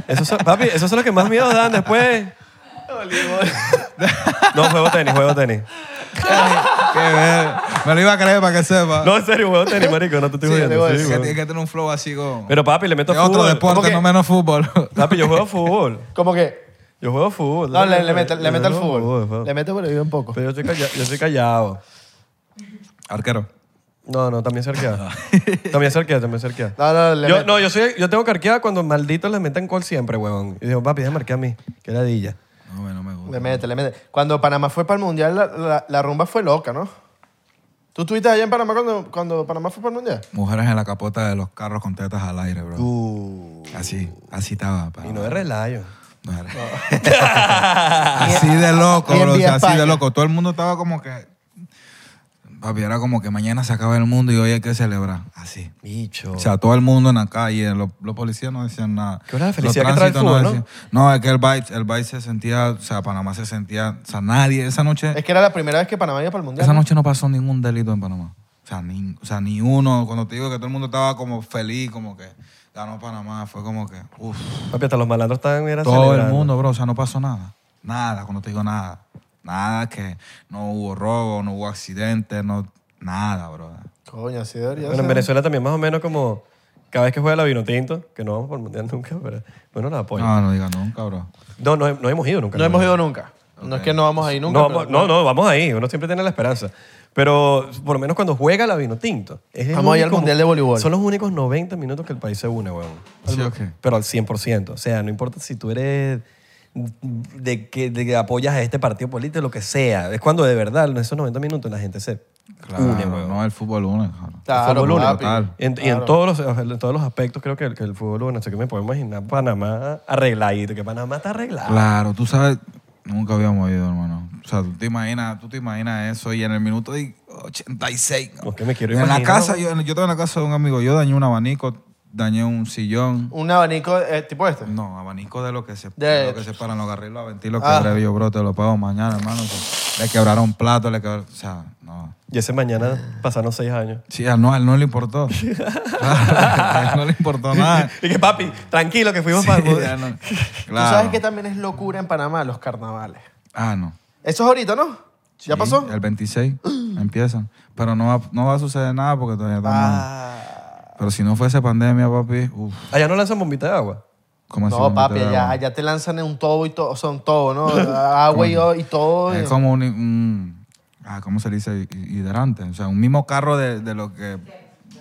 Speaker 1: Eso son, papi, eso es lo que más miedo dan después. No, juego tenis, juego tenis.
Speaker 3: <laughs> Qué ver. Me lo iba a creer para que sepa.
Speaker 1: No, en serio, juego tenis, marico. No te estoy
Speaker 2: Sí,
Speaker 1: jodiendo.
Speaker 2: te voy a
Speaker 1: sí,
Speaker 3: Es que
Speaker 1: huevo.
Speaker 3: tiene que tener un flow así como...
Speaker 1: Pero papi, le meto
Speaker 3: de otro
Speaker 1: fútbol.
Speaker 3: deporte,
Speaker 2: que-
Speaker 3: no menos <laughs> fútbol.
Speaker 1: Papi, yo juego fútbol.
Speaker 2: Como que.
Speaker 1: Yo juego fútbol.
Speaker 2: No, le, le mete, le
Speaker 1: Yo
Speaker 2: mete al
Speaker 1: juego
Speaker 2: fútbol.
Speaker 1: juego.
Speaker 2: Le mete por ahí un poco.
Speaker 1: Pero yo estoy callado. Yo estoy callado.
Speaker 3: Arquero.
Speaker 1: No, no, también se
Speaker 2: <laughs>
Speaker 1: arquea. también se arquea, también se arquea.
Speaker 2: No, no, le
Speaker 1: yo,
Speaker 2: mete.
Speaker 1: no, yo, soy, yo tengo que arquear cuando malditos les meten gol siempre, huevón. Y digo, papi, déjame arquear a mí. Que ladilla.
Speaker 3: No, me- no me gusta.
Speaker 2: Le mete, le mete. Cuando Panamá fue para el mundial, la, la- la rumba fue loca, ¿no? ¿Tú estuviste allá en Panamá cuando, cuando Panamá fue para el mundial?
Speaker 3: Mujeres en la capota de los carros con tetas al aire, bro.
Speaker 1: Uh,
Speaker 3: Así, así estaba. pa.
Speaker 1: y no es relayo.
Speaker 3: No era.
Speaker 2: <laughs>
Speaker 3: así de loco,
Speaker 2: Y en
Speaker 3: bro. o sea,
Speaker 2: Vía
Speaker 3: así
Speaker 2: España.
Speaker 3: de loco. Todo el mundo estaba como que. Papi, era como que mañana se acaba el mundo y hoy hay que celebrar. Así.
Speaker 1: Bicho.
Speaker 3: O sea, todo el mundo en la calle, los, los policías no decían nada.
Speaker 1: ¿Qué hora de
Speaker 3: Los
Speaker 1: felicidad que trae el
Speaker 3: tránsitos no
Speaker 1: fútbol, no?
Speaker 3: decían- No, es que el Vice, el Vice se sentía, o sea, Panamá se sentía, o sea, nadie, esa noche,
Speaker 2: Es que era la primera vez que Panamá iba para el mundial.
Speaker 3: esa
Speaker 2: ¿no?
Speaker 3: noche no pasó ningún delito en Panamá. O sea, ni, o sea, ni uno, cuando te digo que todo el mundo estaba como feliz, como que ganó Panamá, fue como que, uff,
Speaker 1: Papi, hasta los malandros estaban era
Speaker 3: todo el
Speaker 1: celebrando.
Speaker 3: mundo, bro, o sea, no pasó nada. Nada, cuando te digo nada. Nada que no hubo robo, no hubo accidente, no, nada, bro.
Speaker 2: Coño, así debería
Speaker 1: Bueno, en
Speaker 2: ser.
Speaker 1: Venezuela también más o menos como cada vez que juega la vino tinto, que no vamos por el mundial <laughs> nunca, pero bueno, la apoyo.
Speaker 3: No, no digas nunca, bro.
Speaker 1: No, no, no hemos ido nunca.
Speaker 2: No hemos ido nunca. No es que no vamos ahí nunca.
Speaker 1: no,
Speaker 2: pero-
Speaker 1: vamos, no, no, vamos ahí. Uno siempre tiene la esperanza. Pero por lo menos cuando juega la vino tinto. Es el
Speaker 2: Vamos ahí al
Speaker 1: único-
Speaker 2: Mundial de Voleibol.
Speaker 1: Son los únicos 90 minutos que el país se une, weón.
Speaker 3: Sí, ok.
Speaker 1: Pero al 100%. O sea, no importa si tú eres de que, de que apoyas a este partido político, lo que sea. Es cuando de verdad, en esos 90 minutos, la gente se
Speaker 3: Claro,
Speaker 1: une, weón.
Speaker 3: no el fútbol une, claro.
Speaker 1: El
Speaker 2: Claro,
Speaker 1: fútbol une.
Speaker 2: papi.
Speaker 3: Total.
Speaker 1: En- Y en todos, los, en todos los aspectos creo que el, que el fútbol, bueno, sé que me puedo imaginar Panamá arregladito, que Panamá está arreglado.
Speaker 3: Claro, tú sabes, nunca habíamos ido, hermano. O sea, tú te imaginas, tú te imaginas eso y en el minuto de 86.
Speaker 1: No, que me quiero
Speaker 3: en
Speaker 1: imaginar,
Speaker 3: la casa,
Speaker 1: ¿no?
Speaker 3: yo, yo estaba en la casa de un amigo, yo dañé un abanico, dañé un sillón.
Speaker 2: Un abanico eh, tipo este.
Speaker 3: No, abanico de lo que se,
Speaker 2: De-
Speaker 3: de lo que se paran los carriles, los ventilos
Speaker 2: Ah.
Speaker 3: que breve, yo, bro, te lo pago mañana, hermano. O sea, le quebraron plato, le quebraron, o sea, no.
Speaker 1: Y ese mañana pasaron seis años.
Speaker 3: Sí, a no, a él no le
Speaker 2: <laughs>
Speaker 3: importó. <laughs> Claro, a él no le importó nada.
Speaker 1: <laughs> Y que papi, tranquilo que fuimos
Speaker 3: Sí,
Speaker 1: para
Speaker 3: <laughs> a él no-
Speaker 2: Tú sabes
Speaker 3: Claro.
Speaker 2: que también es locura en Panamá los carnavales.
Speaker 3: Ah, no.
Speaker 2: Eso es ahorita, ¿no? ¿Ya
Speaker 3: Sí,
Speaker 2: pasó? <gasps>
Speaker 3: El 26 empiezan. Pero no va, no va a suceder nada porque todavía estamos.
Speaker 2: Ah.
Speaker 3: Pero si no fuese pandemia, papi, uff,
Speaker 1: Allá no lanzan bombita de agua.
Speaker 3: ¿cómo así
Speaker 2: No,
Speaker 3: vomito
Speaker 2: papi,
Speaker 3: de
Speaker 2: allá,
Speaker 3: agua?
Speaker 2: allá te lanzan en un todo y todo, son
Speaker 1: <laughs>
Speaker 2: todo, ¿no? Agua y, y todo.
Speaker 1: Eh,
Speaker 2: y-
Speaker 3: Es como un, un- ah, ¿cómo se le dice? Hidrante. O sea, un mismo carro de, de lo que,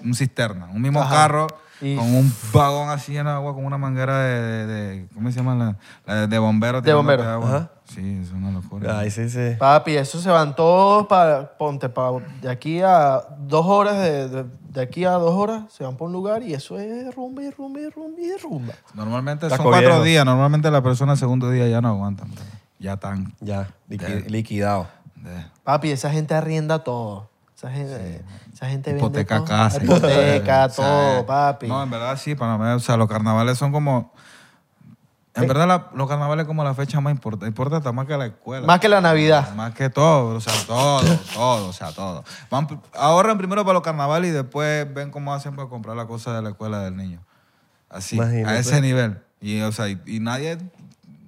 Speaker 3: un cisterna. Un mismo carro
Speaker 2: Y-
Speaker 3: con un vagón así lleno de agua, con una manguera de, de- de- ¿cómo se llama? La, la de- de bomberos. tirándote
Speaker 2: bomberos,
Speaker 3: agua.
Speaker 1: ajá.
Speaker 3: Sí, es una locura.
Speaker 1: Ay, sí, sí.
Speaker 2: Papi, eso se van todos para, ponte, pa, de aquí a dos horas, de, de- de aquí a dos horas, se van para un lugar y eso es rumba y rumba y rumba y rumba.
Speaker 3: Normalmente
Speaker 1: Taco
Speaker 3: son cuatro
Speaker 1: viejo.
Speaker 3: días. Normalmente la persona el segundo día ya no aguanta. hombre. Ya están.
Speaker 1: Ya, liqui- liquidado.
Speaker 3: de-
Speaker 2: Papi, esa gente arrienda todo. Esa gente, esa gente vende
Speaker 3: Hipoteca
Speaker 2: todo.
Speaker 3: casa.
Speaker 2: Hipoteca,
Speaker 3: O sea, eh,
Speaker 2: todo, papi.
Speaker 3: No, en verdad sí, para mí, o sea, los carnavales son como...
Speaker 2: Eh.
Speaker 3: En verdad la- los carnavales como la fecha más importante, importa hasta más que la escuela.
Speaker 2: Más que la Navidad.
Speaker 3: Más que todo, o sea, todo, todo, o sea, todo. Van, pr- ahorran primero para los carnavales y después ven cómo hacen para comprar la cosa de la escuela del niño. Así,
Speaker 1: Imagínate. pues.
Speaker 3: a ese nivel. Y, o sea, y, y nadie...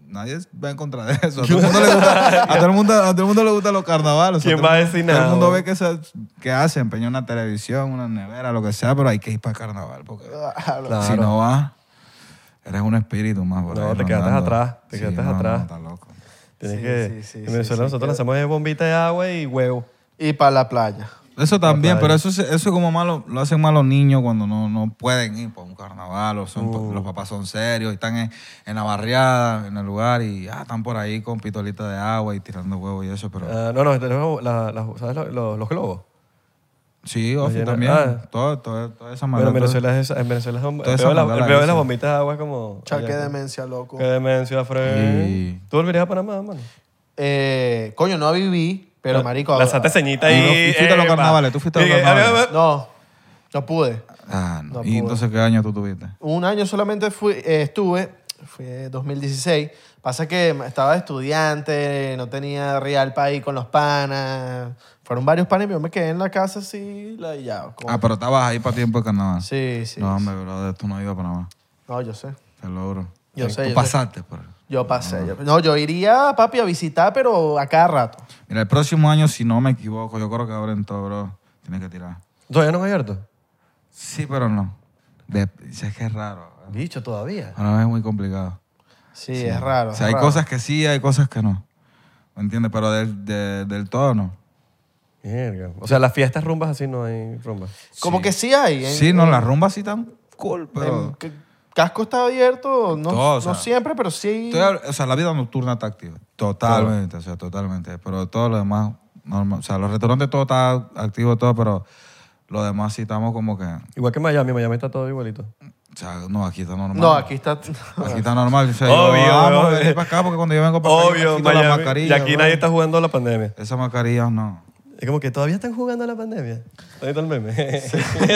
Speaker 3: Nadie va en contra de eso.
Speaker 1: <laughs>
Speaker 3: A todo el mundo le gusta, a todo el mundo, a todo el mundo le gustan los carnavales. o sea,
Speaker 1: ¿Quién
Speaker 3: todo el
Speaker 1: va a
Speaker 3: mundo-
Speaker 1: decir
Speaker 3: Todo
Speaker 1: nada,
Speaker 3: el mundo
Speaker 1: güey?
Speaker 3: ve que, se, que hacen, empeña una televisión, una nevera, lo que sea, pero hay que ir para carnaval. Porque
Speaker 1: Claro.
Speaker 3: si no vas, eres un espíritu más. por
Speaker 1: No,
Speaker 3: ahí
Speaker 1: te quedaste
Speaker 3: rondando.
Speaker 1: atrás, te quedaste
Speaker 3: no,
Speaker 1: atrás.
Speaker 3: no, está loco.
Speaker 1: Tienes
Speaker 2: Sí,
Speaker 1: que,
Speaker 2: sí, sí,
Speaker 1: en
Speaker 2: sí,
Speaker 1: Venezuela
Speaker 2: sí,
Speaker 1: nosotros lanzamos bombita de agua y huevo.
Speaker 2: <laughs> Y para la playa.
Speaker 3: Eso también, pero eso, es- eso es como malo, lo hacen mal los niños cuando no, no pueden ir para un carnaval o son-
Speaker 2: Oh.
Speaker 3: los papás son serios y están en, en la barriada, en el lugar y ah, están por ahí con pistolita de agua y tirando huevos y eso, pero
Speaker 1: Ah, no, no, tenemos la- las- ¿sabes lo- lo- los globos?
Speaker 3: sí, ofi,
Speaker 1: llena-
Speaker 3: también,
Speaker 1: ah.
Speaker 3: todo, todo, toda esa
Speaker 1: Bueno,
Speaker 3: maldad.
Speaker 1: en Venezuela es, en Venezuela es un- el
Speaker 3: Toda
Speaker 1: peor,
Speaker 3: esa
Speaker 1: de la-
Speaker 3: maldad
Speaker 1: el
Speaker 3: la
Speaker 1: peor de las
Speaker 3: dicen.
Speaker 1: bombitas de agua es como...
Speaker 2: Cha, qué
Speaker 1: allá.
Speaker 2: demencia, loco.
Speaker 1: Qué demencia, Fred.
Speaker 3: Y-
Speaker 1: ¿Tú volverías a Panamá, mano?
Speaker 2: Eh, coño, no viví, pero marico.
Speaker 1: La santa ceñita ahí.
Speaker 3: Y no- y fuiste a los
Speaker 1: epa.
Speaker 3: carnavales, tú fuiste a los
Speaker 1: Y que-
Speaker 3: carnavales.
Speaker 2: No, no pude.
Speaker 3: Ah, no.
Speaker 2: No
Speaker 3: ¿Y
Speaker 2: pude.
Speaker 3: entonces qué año tú tuviste?
Speaker 2: Un año solamente fui, eh, estuve, fue 2016. Pasa que estaba de estudiante, no tenía real para ir con los panas. Fueron varios panes y yo me quedé en la casa así, la y ya. como-
Speaker 3: Ah, pero estabas ahí para tiempo de carnaval.
Speaker 2: Sí, sí.
Speaker 3: No, hombre, brother, tú no ibas para nada.
Speaker 2: No, yo sé.
Speaker 3: Te lo juro.
Speaker 2: Yo sé,
Speaker 3: Tú
Speaker 2: yo
Speaker 3: pasaste por
Speaker 2: Yo pasé. yo- no, yo iría, papi, a visitar, pero a cada rato.
Speaker 3: Mira, el próximo año, si no me equivoco, yo creo que ahora en todo, bro, tienes que tirar.
Speaker 1: ¿Todavía no es abierto?
Speaker 3: Sí, pero no. De- es que es raro.
Speaker 1: Bicho, todavía.
Speaker 3: Ahora es muy complicado.
Speaker 2: Sí, es raro.
Speaker 3: O
Speaker 2: es
Speaker 3: sea, hay
Speaker 2: raro.
Speaker 3: cosas que sí, hay cosas que no. ¿Me entiendes? Pero del, de- del todo no.
Speaker 1: Mierda. O sea, las fiestas rumbas así no hay rumbas.
Speaker 2: Como
Speaker 3: Sí.
Speaker 2: que sí hay. en-
Speaker 3: Sí, no, las rumbas sí están cool,
Speaker 2: en-
Speaker 3: pero...
Speaker 2: que- casco está abierto, no,
Speaker 3: Todo, o sea,
Speaker 2: no siempre, pero sí.
Speaker 3: Estoy hab- o sea, la vida nocturna está activa. Totalmente, o sea, totalmente. Pero todo lo demás, normal. O sea, los restaurantes todo está activo, todo, pero lo demás sí estamos como que... O
Speaker 1: Igual que en Miami, Miami está todo igualito.
Speaker 3: sea, no, aquí está normal.
Speaker 2: No, aquí está. <laughs>
Speaker 3: Aquí está normal. O sea,
Speaker 1: Obvio,
Speaker 3: yo, "Ah, vamos a
Speaker 1: obvio.
Speaker 3: venir para acá porque cuando yo vengo para acá, yo me
Speaker 1: Obvio,
Speaker 3: quito la
Speaker 1: Miami.
Speaker 3: mascarilla,
Speaker 1: Y aquí
Speaker 3: bro.
Speaker 1: nadie está jugando a la pandemia.
Speaker 3: Esas mascarillas no.
Speaker 1: Es como que todavía están jugando a la pandemia. Ahí está el meme. <laughs>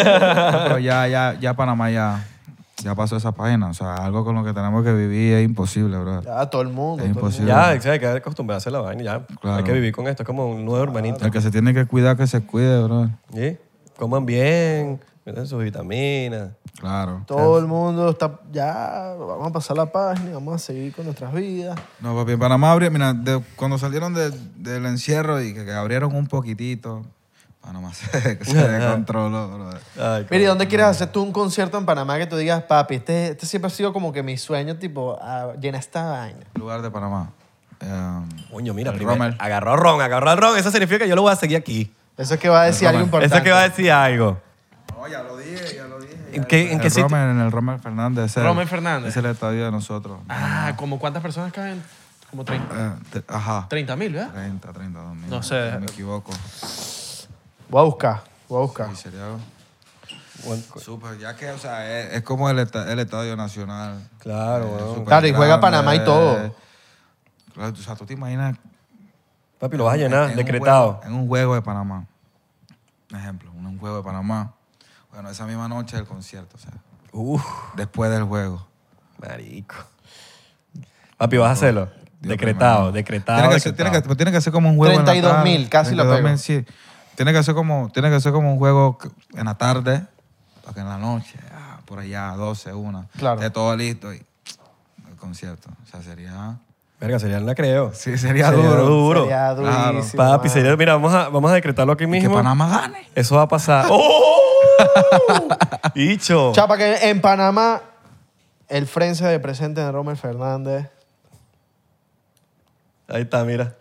Speaker 3: Pero ya, ya, ya Panamá ya, ya pasó esa página. O sea, algo con lo que tenemos que vivir es imposible, bro.
Speaker 2: Ya, todo el mundo. todo
Speaker 3: Es
Speaker 2: el mundo.
Speaker 3: imposible.
Speaker 1: ya, o sea, hay que acostumbrarse a la vaina. Ya.
Speaker 3: Claro.
Speaker 1: Hay que vivir con esto. Es como un nuevo hermanito.
Speaker 3: El que se tiene que cuidar, que se cuide, bro.
Speaker 1: ¿Sí? Coman bien, metan sus vitaminas.
Speaker 3: Claro.
Speaker 2: Todo el mundo está. Ya, vamos a pasar la página, vamos a seguir con nuestras vidas.
Speaker 3: No, papi, en Panamá abrió, mira, de- cuando salieron de- del encierro y que, que abrieron un poquitito, Panamá <laughs> se, se descontroló, bro.
Speaker 1: Ay,
Speaker 2: Mire, ¿dónde quieres hacer tú un concierto en Panamá que tú digas, papi, este, este siempre ha sido como que mi sueño, tipo, ah, llena esta vaina?
Speaker 3: Lugar de Panamá. Em,
Speaker 1: coño, mira,
Speaker 3: el
Speaker 1: primero,
Speaker 3: Rommel.
Speaker 1: agarró a Ron, agarró a Ron. Eso significa que yo lo voy a seguir aquí.
Speaker 2: Eso es que va a decir algo importante.
Speaker 1: Eso que va a decir algo.
Speaker 3: No, ya lo dije, ya lo dije.
Speaker 1: ¿En qué, en
Speaker 3: El
Speaker 1: qué sitio?
Speaker 3: Rommel, en el Rommel Fernández. ese-
Speaker 4: Rommel Fernández.
Speaker 3: Es el estadio de nosotros.
Speaker 4: Ah, ¿como cuántas personas caen? Como 30
Speaker 3: Eh, te- ajá.
Speaker 4: 30 mil, ¿verdad?
Speaker 3: 30, 30, 2000.
Speaker 4: No sé.
Speaker 3: Me equivoco.
Speaker 2: Voy a buscar, voy a buscar.
Speaker 3: Y sería
Speaker 1: Bueno,
Speaker 3: súper, ya que, o sea, es, es como el, esta- el Estadio Nacional.
Speaker 1: Claro,
Speaker 3: Eh,
Speaker 1: weón.
Speaker 3: súper
Speaker 2: Claro, y juega Panamá y todo.
Speaker 3: Claro, o sea, tú te imaginas.
Speaker 1: Papi, lo vas a
Speaker 3: en-
Speaker 1: llenar,
Speaker 3: en un
Speaker 1: decretado.
Speaker 3: juego- en un juego de Panamá. Un ejemplo, un juego de Panamá. Bueno, esa misma noche del concierto, o sea,
Speaker 1: Uf,
Speaker 3: después del juego.
Speaker 1: marico. Papi, vas a hacerlo. Decretado, decretado.
Speaker 3: Tiene que, ser, tiene,
Speaker 1: decretado.
Speaker 3: que, pues tiene que ser como un juego. en la
Speaker 2: 32.000,
Speaker 3: tarde.
Speaker 2: casi lo pego.
Speaker 3: 32.000, sí. Tiene que, ser como, tiene que ser como un juego que- en la tarde, para que en la noche, ah, por allá, 12, 1.
Speaker 2: Claro.
Speaker 3: Esté todo listo y el concierto. O sea, sería.
Speaker 1: Verga, sería la creo.
Speaker 3: Sí, sería,
Speaker 1: Sería
Speaker 3: duro.
Speaker 1: duro.
Speaker 2: Sería
Speaker 3: Claro.
Speaker 2: durísimo,
Speaker 1: Papi,
Speaker 2: mano.
Speaker 1: sería, mira, vamos a, vamos a decretarlo aquí
Speaker 3: Y que
Speaker 1: mismo.
Speaker 3: Panamá gane.
Speaker 1: Eso va a
Speaker 3: <laughs>
Speaker 1: pasar. ¡Oh! ¡Bicho!
Speaker 2: Chapa, que en Panamá el Fren se presente en Rommel Fernández
Speaker 1: Ahí está, mira.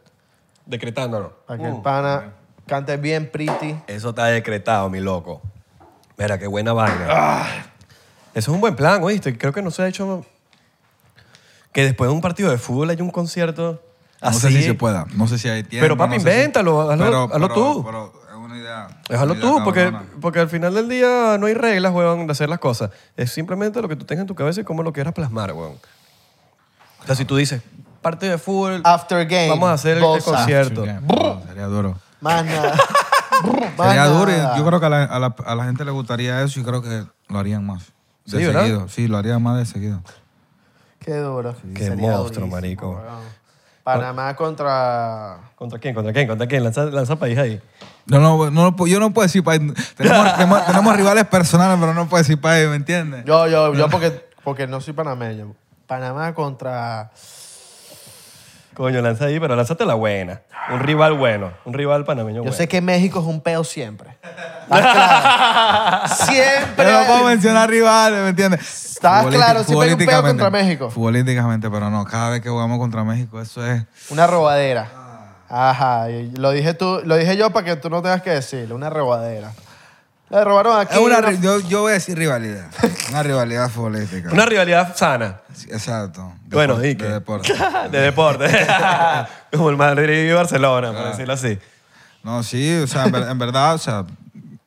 Speaker 1: Decretándolo.
Speaker 2: para
Speaker 4: Uh,
Speaker 2: que el pana cante bien pretty.
Speaker 1: Eso está decretado, mi loco. Mira, qué buena vaina.
Speaker 3: Ah.
Speaker 1: Eso es un buen plan, ¿oíste? Creo que no se ha hecho... Que después de un partido de fútbol hay un concierto
Speaker 3: No
Speaker 1: así.
Speaker 3: sé si se pueda. No sé si hay tiempo.
Speaker 1: Pero, papi,
Speaker 3: no sé si-
Speaker 1: invéntalo, hazlo- hazlo tú.
Speaker 3: Pero es una idea.
Speaker 1: Déjalo
Speaker 3: una idea
Speaker 1: tú, porque,
Speaker 3: cabrona.
Speaker 1: porque al final del día no hay reglas, weón, de hacer las cosas. Es simplemente lo que tú tengas en tu cabeza y cómo lo quieras plasmar, weón. O sea, si tú dices, partido de fútbol,
Speaker 2: After game.
Speaker 1: vamos a hacer el, el
Speaker 2: Bosa.
Speaker 1: concierto.
Speaker 3: Sí, que- Sería duro.
Speaker 2: Más
Speaker 1: <laughs>
Speaker 2: nada. Más
Speaker 3: Sería duro y
Speaker 2: nada.
Speaker 3: yo creo que a la, a la- a la gente le gustaría eso y creo que lo harían más. De
Speaker 1: Sí, ¿verdad?
Speaker 3: seguido. Sí, lo harían más de seguido.
Speaker 2: Qué duro.
Speaker 1: Qué
Speaker 2: Sería
Speaker 1: monstruo,
Speaker 2: durísimo,
Speaker 1: marico.
Speaker 2: weón. Panamá contra...
Speaker 1: ¿Contra quién? ¿Contra quién? ¿Contra quién? Lanza, lanza país ahí.
Speaker 3: No, no, no, no, yo no puedo decir país.
Speaker 2: <laughs>
Speaker 3: Tenemos, tenemos- tenemos rivales personales, pero no puedo decir país, ¿me entiendes?
Speaker 2: Yo, yo, yo porque, porque no soy panameño. Panamá contra...
Speaker 1: Coño, lanza ahí, pero lánzate la buena. Un rival bueno. Un rival panameño
Speaker 2: Yo
Speaker 1: bueno.
Speaker 2: sé que México es un
Speaker 1: <laughs>
Speaker 2: peo siempre. ¿Estás claro? siempre.
Speaker 3: Pero no puedo mencionar rivales, ¿me entiendes?
Speaker 2: Está
Speaker 3: Futbolísti-
Speaker 2: claro, siempre hay un peo
Speaker 3: futbolísticamente-
Speaker 2: contra México.
Speaker 3: Futbolísticamente, pero no, cada vez que jugamos contra México, eso es.
Speaker 2: Una robadera. Ajá, y lo dije tú, lo dije yo para que tú no tengas que decirlo, una robadera. Le robaron aquí.
Speaker 3: Es una
Speaker 2: una-
Speaker 3: ri- yo, yo voy a decir rivalidad. Una rivalidad
Speaker 2: <laughs>
Speaker 3: futbolística.
Speaker 1: Una rivalidad sana.
Speaker 3: Sí, Exacto.
Speaker 1: bueno,
Speaker 3: Depor-
Speaker 1: ¿y qué?
Speaker 3: De deporte.
Speaker 1: <laughs> de deporte.
Speaker 3: <laughs>
Speaker 1: Como el Madrid y Barcelona, por
Speaker 3: Ah.
Speaker 1: decirlo así.
Speaker 3: No, sí, o sea, en, ver- en verdad, o sea,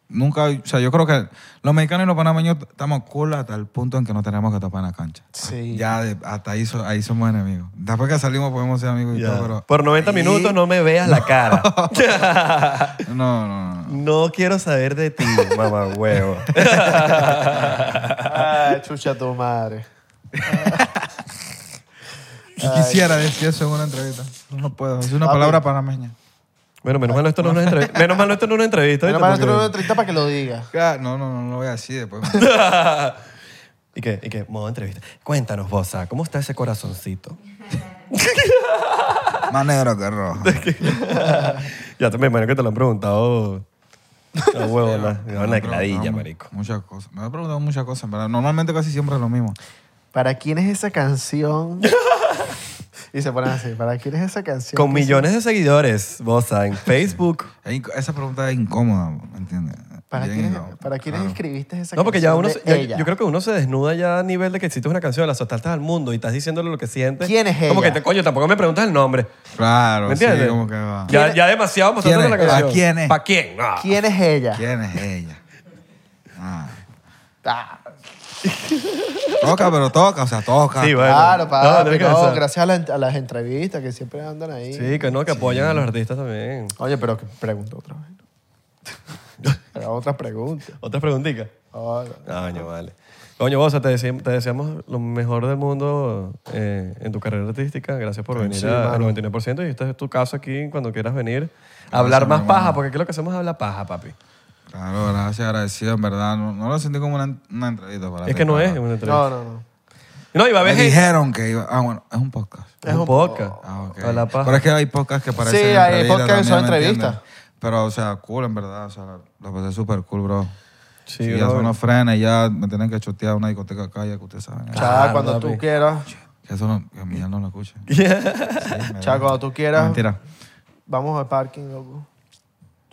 Speaker 3: nunca, o sea, yo creo que los mexicanos y los panameños estamos cool hasta el punto en que no tenemos que tapar en la cancha.
Speaker 2: Sí.
Speaker 3: Ya de- hasta ahí, so- ahí somos enemigos. Después que salimos podemos ser amigos y
Speaker 1: Ya.
Speaker 3: todo, pero...
Speaker 1: Por 90
Speaker 3: ahí-
Speaker 1: minutos no me veas la
Speaker 3: <laughs>
Speaker 1: cara.
Speaker 3: No, no, no.
Speaker 1: no quiero saber de ti, mamá huevo. <laughs>
Speaker 2: Ay, chucha tu madre.
Speaker 3: Yo Quisiera decir eso en una entrevista. No puedo. Es una
Speaker 2: Papi.
Speaker 3: palabra panameña.
Speaker 1: Bueno, menos mal no esto no es una entrevista. Menos mal no esto no es una entrevista.
Speaker 2: Pero
Speaker 1: ¿viste?
Speaker 2: para otro
Speaker 1: Porque-
Speaker 2: 30 para que lo diga.
Speaker 3: Claro, No, no, no, no lo voy a decir después.
Speaker 1: ¿Y qué? ¿Y qué? Modo entrevista. Cuéntanos, Bosa, ¿cómo está ese corazoncito?
Speaker 3: Más negro que rojo.
Speaker 1: ya te me imagino que te lo han
Speaker 3: <laughs>
Speaker 1: preguntado. No, huevo, no. Me
Speaker 3: Me
Speaker 1: van
Speaker 3: han
Speaker 1: a
Speaker 3: preguntado
Speaker 1: cladilla,
Speaker 3: mu-
Speaker 1: marico.
Speaker 3: Muchas cosas. Me han preguntado muchas cosas, en verdad. Normalmente casi siempre es lo mismo.
Speaker 2: ¿Para quién es esa
Speaker 1: <laughs>
Speaker 2: canción? y se ponen así, ¿para quién es esa canción?
Speaker 1: Con millones de seguidores, Bosa, en Facebook.
Speaker 3: Es inc- Esa pregunta es incómoda, ¿me entiendes?
Speaker 2: ¿Para,
Speaker 3: Bien
Speaker 2: quién,
Speaker 3: incómoda,
Speaker 2: ¿para quiénes
Speaker 3: claro.
Speaker 2: escribiste esa canción?
Speaker 1: No, porque ya uno.
Speaker 2: de
Speaker 1: se- ya-
Speaker 2: ella?
Speaker 1: yo creo que uno se desnuda ya a nivel de que hiciste una canción, la soltaste al mundo y estás diciéndole lo que sientes.
Speaker 2: ¿Quién es
Speaker 1: Como que
Speaker 2: ella?
Speaker 1: te coño, tampoco me preguntas el nombre.
Speaker 3: Claro,
Speaker 1: ¿Me entiendes?
Speaker 3: sí, como que va.
Speaker 1: Ya, ya demasiado mostrándote
Speaker 3: ¿Quién
Speaker 1: la
Speaker 3: es? ¿A
Speaker 1: canción.
Speaker 3: quién es?
Speaker 1: ¿Para quién? Ah. No.
Speaker 2: ¿Quién es ella?
Speaker 3: ¿Quién es ella? Ah.
Speaker 2: Ah,
Speaker 3: Toca, pero toca, o sea, toca.
Speaker 1: Sí, bueno.
Speaker 2: claro,
Speaker 1: No,
Speaker 2: padre,
Speaker 1: tienes que
Speaker 2: no,
Speaker 1: pensar.
Speaker 2: gracias a, la- a las entrevistas que siempre andan ahí.
Speaker 1: Sí, que no, que apoyan a los artistas también.
Speaker 2: Oye, pero que pregunto otra vez.
Speaker 3: <laughs>
Speaker 2: Pero otra pregunta.
Speaker 1: Otra preguntita.
Speaker 2: Ahora.
Speaker 1: Coño, vale. Coño, Bosa, te, deseamos- te deseamos lo mejor del mundo eh, en tu carrera artística. Gracias por venir a- al 99%. Y este es tu caso aquí cuando quieras venir. a hablar más
Speaker 3: mi
Speaker 1: paja, porque aquí lo que hacemos es hablar paja, papi.
Speaker 3: Claro, gracias, agradecido, en verdad. No, no lo sentí como una, una entrevista para
Speaker 1: es que no es una
Speaker 2: No,
Speaker 1: entrevista.
Speaker 2: no, no.
Speaker 1: No, iba a
Speaker 3: Me
Speaker 1: ver gente.
Speaker 3: dijeron que iba. Ah, bueno, es un podcast.
Speaker 1: Es un podcast.
Speaker 3: Ah, ok.
Speaker 1: Hablar paja.
Speaker 3: Pero es que hay podcasts que parecen.
Speaker 2: Sí, hay
Speaker 3: entrevistas
Speaker 2: podcasts que
Speaker 3: también,
Speaker 2: son
Speaker 3: ¿me entiendes?
Speaker 2: entrevistas.
Speaker 3: Pero, o sea, cool, en verdad. O sea, la- la pasé súper cool, bro.
Speaker 1: Sí,
Speaker 3: Sí, ya
Speaker 1: bro.
Speaker 3: son los frenes, ya me tienen que chotear una discoteca acá, ya que ustedes saben.
Speaker 2: Chao, cuando
Speaker 1: papi.
Speaker 2: tú quieras.
Speaker 3: Que eso no, que Miguel no lo escucha. Sí, me
Speaker 2: Chao,
Speaker 3: da-
Speaker 2: cuando tú quieras.
Speaker 3: Mentira.
Speaker 2: Vamos al parking, loco.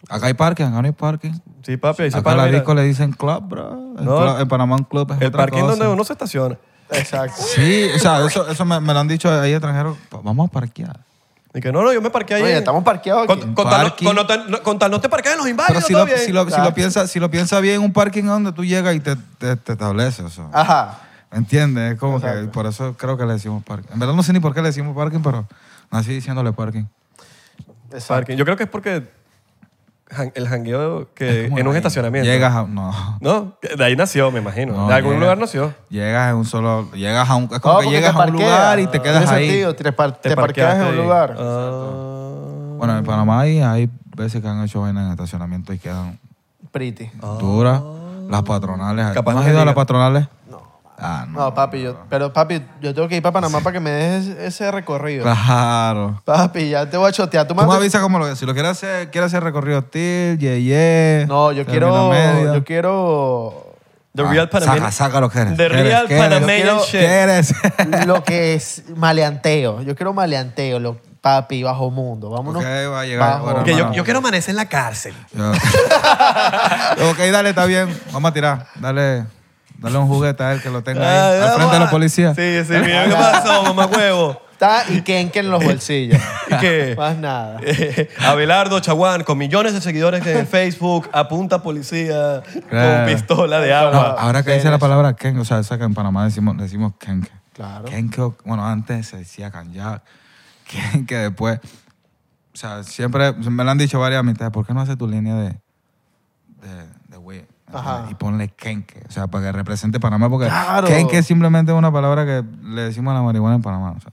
Speaker 3: Acá hay parking, acá no hay parking.
Speaker 1: Sí, papi, ahí se
Speaker 3: Acá a
Speaker 1: para.
Speaker 3: la
Speaker 1: mira.
Speaker 3: disco le dicen club, bro. El
Speaker 1: No.
Speaker 3: club- en Panamá un club es
Speaker 1: El
Speaker 3: otra
Speaker 1: parking
Speaker 3: cosa.
Speaker 1: donde uno se estaciona.
Speaker 2: Exacto.
Speaker 3: <laughs> Sí, o sea, eso, eso me, me lo han dicho ahí extranjeros. Pa- Vamos a parquear.
Speaker 1: Y que no, no, yo me parqué ahí.
Speaker 2: Oye,
Speaker 1: en-
Speaker 2: estamos parqueados aquí.
Speaker 1: Con, con, tal, no-
Speaker 3: Parking.
Speaker 1: con no tal- no- con tal no te parques en los
Speaker 3: Pero
Speaker 1: inválidos,
Speaker 3: si
Speaker 1: todo
Speaker 3: lo,
Speaker 1: bien.
Speaker 3: si, lo, si,
Speaker 2: Claro.
Speaker 3: lo piensa, si lo piensa bien, un parking es donde tú llegas y te, te, te estableces. Eso.
Speaker 2: Ajá.
Speaker 3: ¿Entiendes? Es como que
Speaker 2: Exacto.
Speaker 3: por eso creo que le decimos parking. En verdad no sé ni por qué le decimos parking, pero nací diciéndole parking.
Speaker 2: Exacto.
Speaker 1: Parking. Yo creo que es porque jan- el jangueo que
Speaker 3: Es como
Speaker 1: Eh, en un
Speaker 3: ahí.
Speaker 1: estacionamiento.
Speaker 3: Llegas a... No. <laughs>
Speaker 1: No, de ahí nació, me imagino.
Speaker 3: No,
Speaker 1: de algún
Speaker 3: llega-
Speaker 1: lugar nació.
Speaker 3: Llegas en un solo. Llegas a un. Es
Speaker 2: No,
Speaker 3: como que
Speaker 2: porque
Speaker 3: llegas
Speaker 2: te
Speaker 3: a un
Speaker 2: parqueas.
Speaker 3: lugar y te
Speaker 2: No
Speaker 3: quedas
Speaker 2: tiene
Speaker 3: ahí.
Speaker 2: sentido, Te, par- te parqueas en
Speaker 1: parqueaste
Speaker 2: un
Speaker 1: ahí.
Speaker 2: lugar.
Speaker 1: Ah,
Speaker 3: Bueno, en Panamá hay, hay veces que han hecho vainas en estacionamiento y quedan
Speaker 2: Pretty.
Speaker 3: Oh. duras. Las patronales.
Speaker 1: Capaz
Speaker 3: ¿No
Speaker 1: no
Speaker 3: has
Speaker 1: te
Speaker 3: ido a
Speaker 1: digan.
Speaker 3: las patronales? No. Ah, no.
Speaker 2: No, papi, yo, pero papi, yo tengo que ir para Panamá para que me des ese recorrido.
Speaker 3: Claro.
Speaker 2: Papi, ya te voy a chotear. Tú
Speaker 3: Tú me
Speaker 2: mandas-
Speaker 3: avisas cómo lo Si lo quieres hacer, quieres hacer recorrido hostil, ye, ye.
Speaker 2: No, yo
Speaker 3: término
Speaker 2: quiero,
Speaker 3: medio.
Speaker 2: yo quiero
Speaker 1: The
Speaker 3: Ah,
Speaker 1: Real Panamanian.
Speaker 3: Saca, saca lo que eres.
Speaker 1: The
Speaker 3: ¿Qué eres?
Speaker 1: Real
Speaker 3: ¿Qué eres?
Speaker 1: Panamanian
Speaker 3: ¿Qué
Speaker 1: shit. <laughs>
Speaker 3: eres?
Speaker 2: lo que es maleanteo. Yo quiero maleanteo, lo, papi, bajo mundo. Vámonos.
Speaker 3: Ok, va a llegar, bueno,
Speaker 1: Que yo,
Speaker 3: hermano.
Speaker 1: yo quiero amanecer en la cárcel.
Speaker 3: Yo- ok, dale, está bien. Vamos a tirar. Dale, dale un juguete a él que lo tenga ahí.
Speaker 1: Ah,
Speaker 3: al frente de los policías.
Speaker 1: Sí, sí, mira, ¿qué pasó, mamá huevo?
Speaker 2: Está y Kenken en los bolsillos.
Speaker 1: <laughs> Y que
Speaker 2: Más nada.
Speaker 1: eh, <laughs> Abelardo Chaguán, con millones de seguidores en Facebook, apunta policía
Speaker 3: Claro.
Speaker 2: Ah.
Speaker 1: con pistola de
Speaker 3: No,
Speaker 1: agua.
Speaker 3: ahora que dice la palabra Ken, o sea, esa que en Panamá decimos, decimos Kenke.
Speaker 2: Claro.
Speaker 3: Kenke, o- bueno, antes se decía <laughs> Kenya, Kenke después. O sea, siempre me lo han dicho varias amistades, ¿por qué no haces tu línea de, de, de weed?
Speaker 2: Ajá.
Speaker 3: Y ponle Kenke, o sea, para que represente Panamá, porque
Speaker 2: Claro.
Speaker 3: Kenke es simplemente una palabra que le decimos a la marihuana en Panamá. O sea,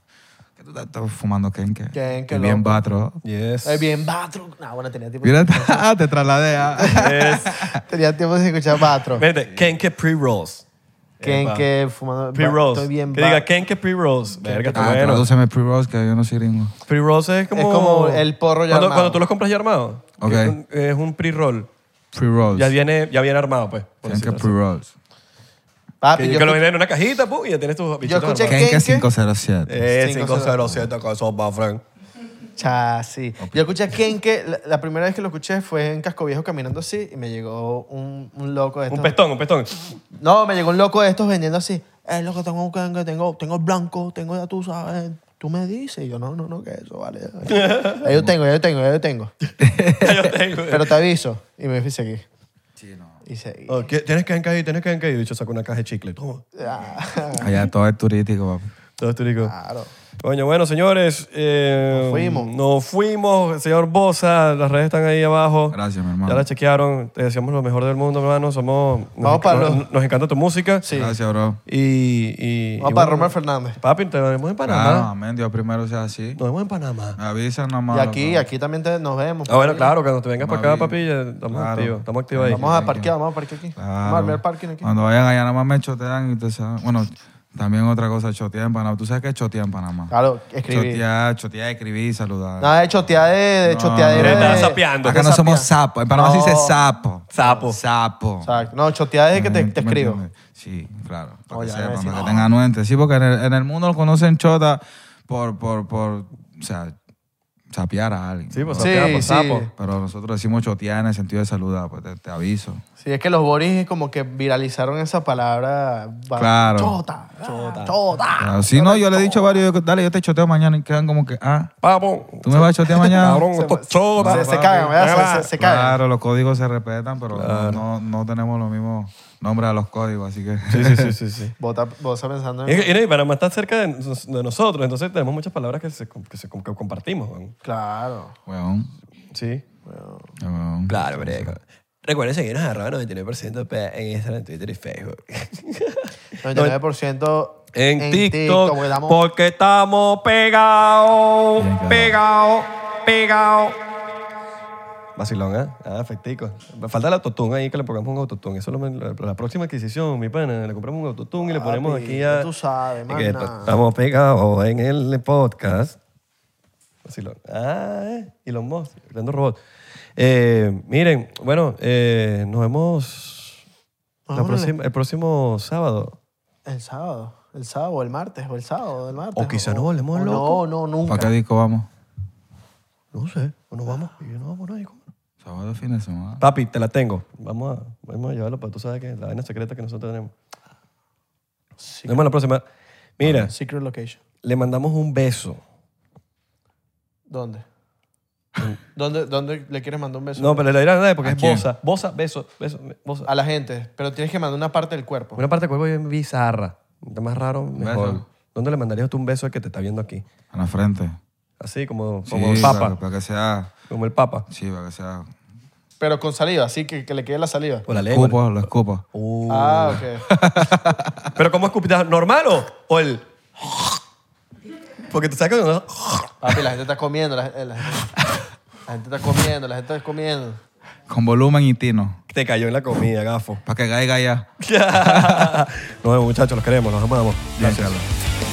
Speaker 3: que tú estás- estás fumando Kenke.
Speaker 2: Kenke,
Speaker 3: Y bien
Speaker 2: loco.
Speaker 3: batro.
Speaker 1: Yes.
Speaker 2: Es bien, Batro. No, bueno, tenía tiempo,
Speaker 3: Mira, <laughs> ah, te
Speaker 2: <laughs>
Speaker 3: trasladé a...
Speaker 1: Yes.
Speaker 2: tenía tiempo sin escuchar Batro.
Speaker 1: Vete, Kenke Pre-Rolls. Epa.
Speaker 2: Kenken fumando.
Speaker 1: Pre-rolls.
Speaker 2: Estoy bien,
Speaker 1: Que diga
Speaker 2: Bat-
Speaker 1: Kenke Pre-Rolls. Verga, está
Speaker 3: Ah,
Speaker 1: bueno.
Speaker 3: tradúceme pre-rolls, que yo no soy gringo.
Speaker 1: Pre-rolls es como...
Speaker 2: como el porro ya
Speaker 1: cuando,
Speaker 2: armado.
Speaker 1: Cuando tú los compras ya armado.
Speaker 3: Ok.
Speaker 1: Es un, es un pre-roll.
Speaker 3: Pre-rolls.
Speaker 1: Ya viene, ya viene armado, pues. por
Speaker 3: Kenke
Speaker 1: decirlo así.
Speaker 3: pre-rolls.
Speaker 2: Papi,
Speaker 1: Que,
Speaker 2: yo
Speaker 1: que lo
Speaker 2: escuché-
Speaker 1: venden en una cajita, pu, y ya tienes tus bichitos
Speaker 2: escuché
Speaker 1: armados.
Speaker 2: Kenke
Speaker 3: Kenke 507.
Speaker 1: Eh,
Speaker 2: Cinco
Speaker 1: 507 con sopa, Frank.
Speaker 2: Cha, sí. Yo escuché a Kenke, la, la primera vez que lo escuché fue en Casco Viejo caminando así y me llegó un, un loco de estos.
Speaker 1: Un pestón, un
Speaker 2: <laughs>
Speaker 1: pestón.
Speaker 2: No, me llegó un loco de estos vendiendo así. Eh, loco, tengo, un Kenke, tengo, tengo blanco, tengo ya tú sabes. Tú me dices. Y yo, no, no, no, que eso vale. Ahí yo tengo, ahí yo tengo, ahí yo tengo.
Speaker 1: Yo tengo.
Speaker 2: Pero te aviso. Y me fui a seguir.
Speaker 3: Sí, no.
Speaker 2: Y seguí.
Speaker 1: Oh, ¿qué- tienes que encajar, tienes que encajar. Y dicho, saco una caja de chicle. Toma.
Speaker 2: Ah, <laughs>
Speaker 3: Allá todo es turístico, papi.
Speaker 1: Todo turístico.
Speaker 2: claro.
Speaker 1: Coño, bueno, señores. eh,
Speaker 2: Ah. Nos fuimos.
Speaker 1: Nos fuimos, señor Bosa. Las redes están ahí abajo.
Speaker 3: Gracias, mi
Speaker 1: Ya
Speaker 3: hermano.
Speaker 1: la chequearon. Te deseamos lo mejor del mundo, hermano. Somos. nos-
Speaker 2: Vamos para
Speaker 1: nos,
Speaker 2: los-
Speaker 1: nos encanta tu música.
Speaker 2: Sí.
Speaker 3: Gracias, bro.
Speaker 1: Y. y
Speaker 2: Vamos
Speaker 1: y
Speaker 2: para
Speaker 1: bueno,
Speaker 2: Román Fernández.
Speaker 1: Papi, te vemos en
Speaker 3: Claro,
Speaker 1: Panamá.
Speaker 3: amén. Dios primero sea así.
Speaker 1: Nos vemos en Panamá.
Speaker 3: Me avisan nomás.
Speaker 2: Y aquí,
Speaker 3: loco.
Speaker 2: aquí también te- nos vemos.
Speaker 1: Ah, bueno, claro, cuando te vengas para acá,
Speaker 3: Maravilla.
Speaker 1: papi, ya estamos
Speaker 3: Claro.
Speaker 1: activos. Estamos activos ahí.
Speaker 2: Vamos a parquear, vamos a parquear
Speaker 3: Ah,
Speaker 2: aquí. Vamos a
Speaker 3: Claro.
Speaker 2: armar el parking aquí.
Speaker 3: Cuando vayan allá, nada más me chotean y ustedes saben. Bueno, también otra cosa, chotear en Panamá. ¿Tú sabes qué es chotear en Panamá?
Speaker 2: Claro, Ah, escribí.
Speaker 3: Chotear, chotear, escribir, saludar.
Speaker 2: Nada de chotear de, de
Speaker 3: No,
Speaker 2: choteadera
Speaker 3: no, no.
Speaker 1: Estás
Speaker 2: de-
Speaker 1: sapeando.
Speaker 3: Acá no
Speaker 1: Sapeando.
Speaker 3: somos sapos. En Panamá se dice
Speaker 2: No.
Speaker 3: sapo.
Speaker 1: Sapo.
Speaker 3: Sapo.
Speaker 2: Exacto. No, chotear es que te,
Speaker 3: ¿Tú
Speaker 2: te
Speaker 3: me
Speaker 2: escribo.
Speaker 3: entiendes? Sí, claro. Para
Speaker 2: Oye,
Speaker 3: que
Speaker 2: a
Speaker 3: sepan,
Speaker 2: ver si
Speaker 3: para
Speaker 2: no.
Speaker 3: que tengan anuentes. Sí, porque en el, en el mundo lo conocen chota por, por, por, o sea, sapear a alguien.
Speaker 1: Sí, pues
Speaker 2: Sí,
Speaker 1: sapeamos,
Speaker 2: sí.
Speaker 1: sapo.
Speaker 3: Pero nosotros decimos chotear en el sentido de saludar, pues te, te aviso.
Speaker 2: Sí, es que los Boris como que viralizaron esa palabra. va-
Speaker 3: Claro.
Speaker 2: Chota. Chota.
Speaker 1: Ah,
Speaker 2: Chota.
Speaker 3: Claro, Si no, yo le he dicho a varios, dale, yo te choteo mañana y quedan como que, ah,
Speaker 1: Papo.
Speaker 3: tú me vas
Speaker 1: <laughs>
Speaker 3: a chotear mañana.
Speaker 1: Cabrón, estos chotas.
Speaker 2: Se, se cagan, ¿verdad? Se, se- se cagan.
Speaker 3: Claro, los códigos se respetan, pero no, no tenemos los mismos nombres a los códigos, así que.
Speaker 1: Sí, sí, sí, sí. sí.
Speaker 2: Vos estás vos estás pensando
Speaker 1: Y,
Speaker 2: en...
Speaker 1: y, no, y Panamá está cerca de, nos- de nosotros, entonces tenemos muchas palabras que, se, com- que, se, com- que compartimos. weón.
Speaker 2: Claro.
Speaker 3: <laughs> Weón.
Speaker 1: Sí.
Speaker 3: Weón.
Speaker 1: Claro, brega. Recuerden seguirnos a 99% en Instagram, Twitter y Facebook.
Speaker 2: 99%
Speaker 1: <laughs> En, TikTok,
Speaker 2: TikTok, porque damos-
Speaker 1: porque estamos pegados,
Speaker 3: Bien, claro.
Speaker 1: pegados, pegados. Vacilón, ¿eh? Ah, afectico. Falta el autotune ahí, que le pongamos un autotune. Eso es lo- la, la próxima adquisición, mi pana. Le compramos un autotune y le ponemos
Speaker 2: Papi,
Speaker 1: aquí
Speaker 2: ya
Speaker 1: a...
Speaker 2: tú sabes,
Speaker 1: Y que pues,
Speaker 2: más nada.
Speaker 1: Estamos pegados en el podcast. Vacilón. Ah, eh, Elon Musk, creando robots. Eh, miren, bueno, eh, nos vemos la
Speaker 2: Vámonos.
Speaker 1: próxima- el próximo sábado.
Speaker 2: el sábado. El sábado, o el martes, o el sábado, el martes.
Speaker 1: O quizá nos volvemos
Speaker 2: o
Speaker 1: locos.
Speaker 2: No, no,
Speaker 3: ¿Para qué
Speaker 2: nunca.
Speaker 3: disco vamos?
Speaker 1: No sé, o nos vamos. Y yo no vamos nadie. ¿cómo no?
Speaker 3: Sábado, fin de semana.
Speaker 1: Papi, te la tengo. Vamos a, vamos a llevarlo para tú sabes que la vaina secreta que nosotros tenemos. Nos vemos la próxima. Mira,
Speaker 2: Secret location.
Speaker 1: le mandamos un beso. <laughs>
Speaker 2: ¿Dónde? ¿Dónde, ¿Dónde le quieres mandar un beso?
Speaker 1: No, pero le dirán a nadie porque
Speaker 3: ¿A
Speaker 1: es
Speaker 3: quién?
Speaker 1: bosa. Bosa, beso, beso, bosa.
Speaker 2: A la gente, pero tienes que mandar una parte del cuerpo.
Speaker 1: Una parte del cuerpo bien bizarra. Está más raro, mejor.
Speaker 3: beso?
Speaker 1: ¿Dónde le mandarías tú un beso al que te está viendo aquí?
Speaker 3: A la frente.
Speaker 1: Así como,
Speaker 3: Sí,
Speaker 1: como el
Speaker 3: para-
Speaker 1: papa.
Speaker 3: Para, que sea.
Speaker 1: Como el papa.
Speaker 3: Sí, para que sea.
Speaker 2: Pero con saliva, así que, que le quede la saliva.
Speaker 1: O la lengua.
Speaker 3: Escupo, lo escupo.
Speaker 1: Uh.
Speaker 2: Ah, ok.
Speaker 1: ¿Pero cómo escupitas? ¿Normal o, o el...? Porque tú sabes que... uno-
Speaker 2: Papi, la gente está comiendo, la, eh, la- la gente está comiendo, la gente está comiendo.
Speaker 3: Con volumen y tino.
Speaker 1: Te cayó en la comida, gafo. <laughs>
Speaker 3: Para que caiga ya.
Speaker 1: Nos vemos, muchachos. Los queremos, los amamos.
Speaker 3: Gracias.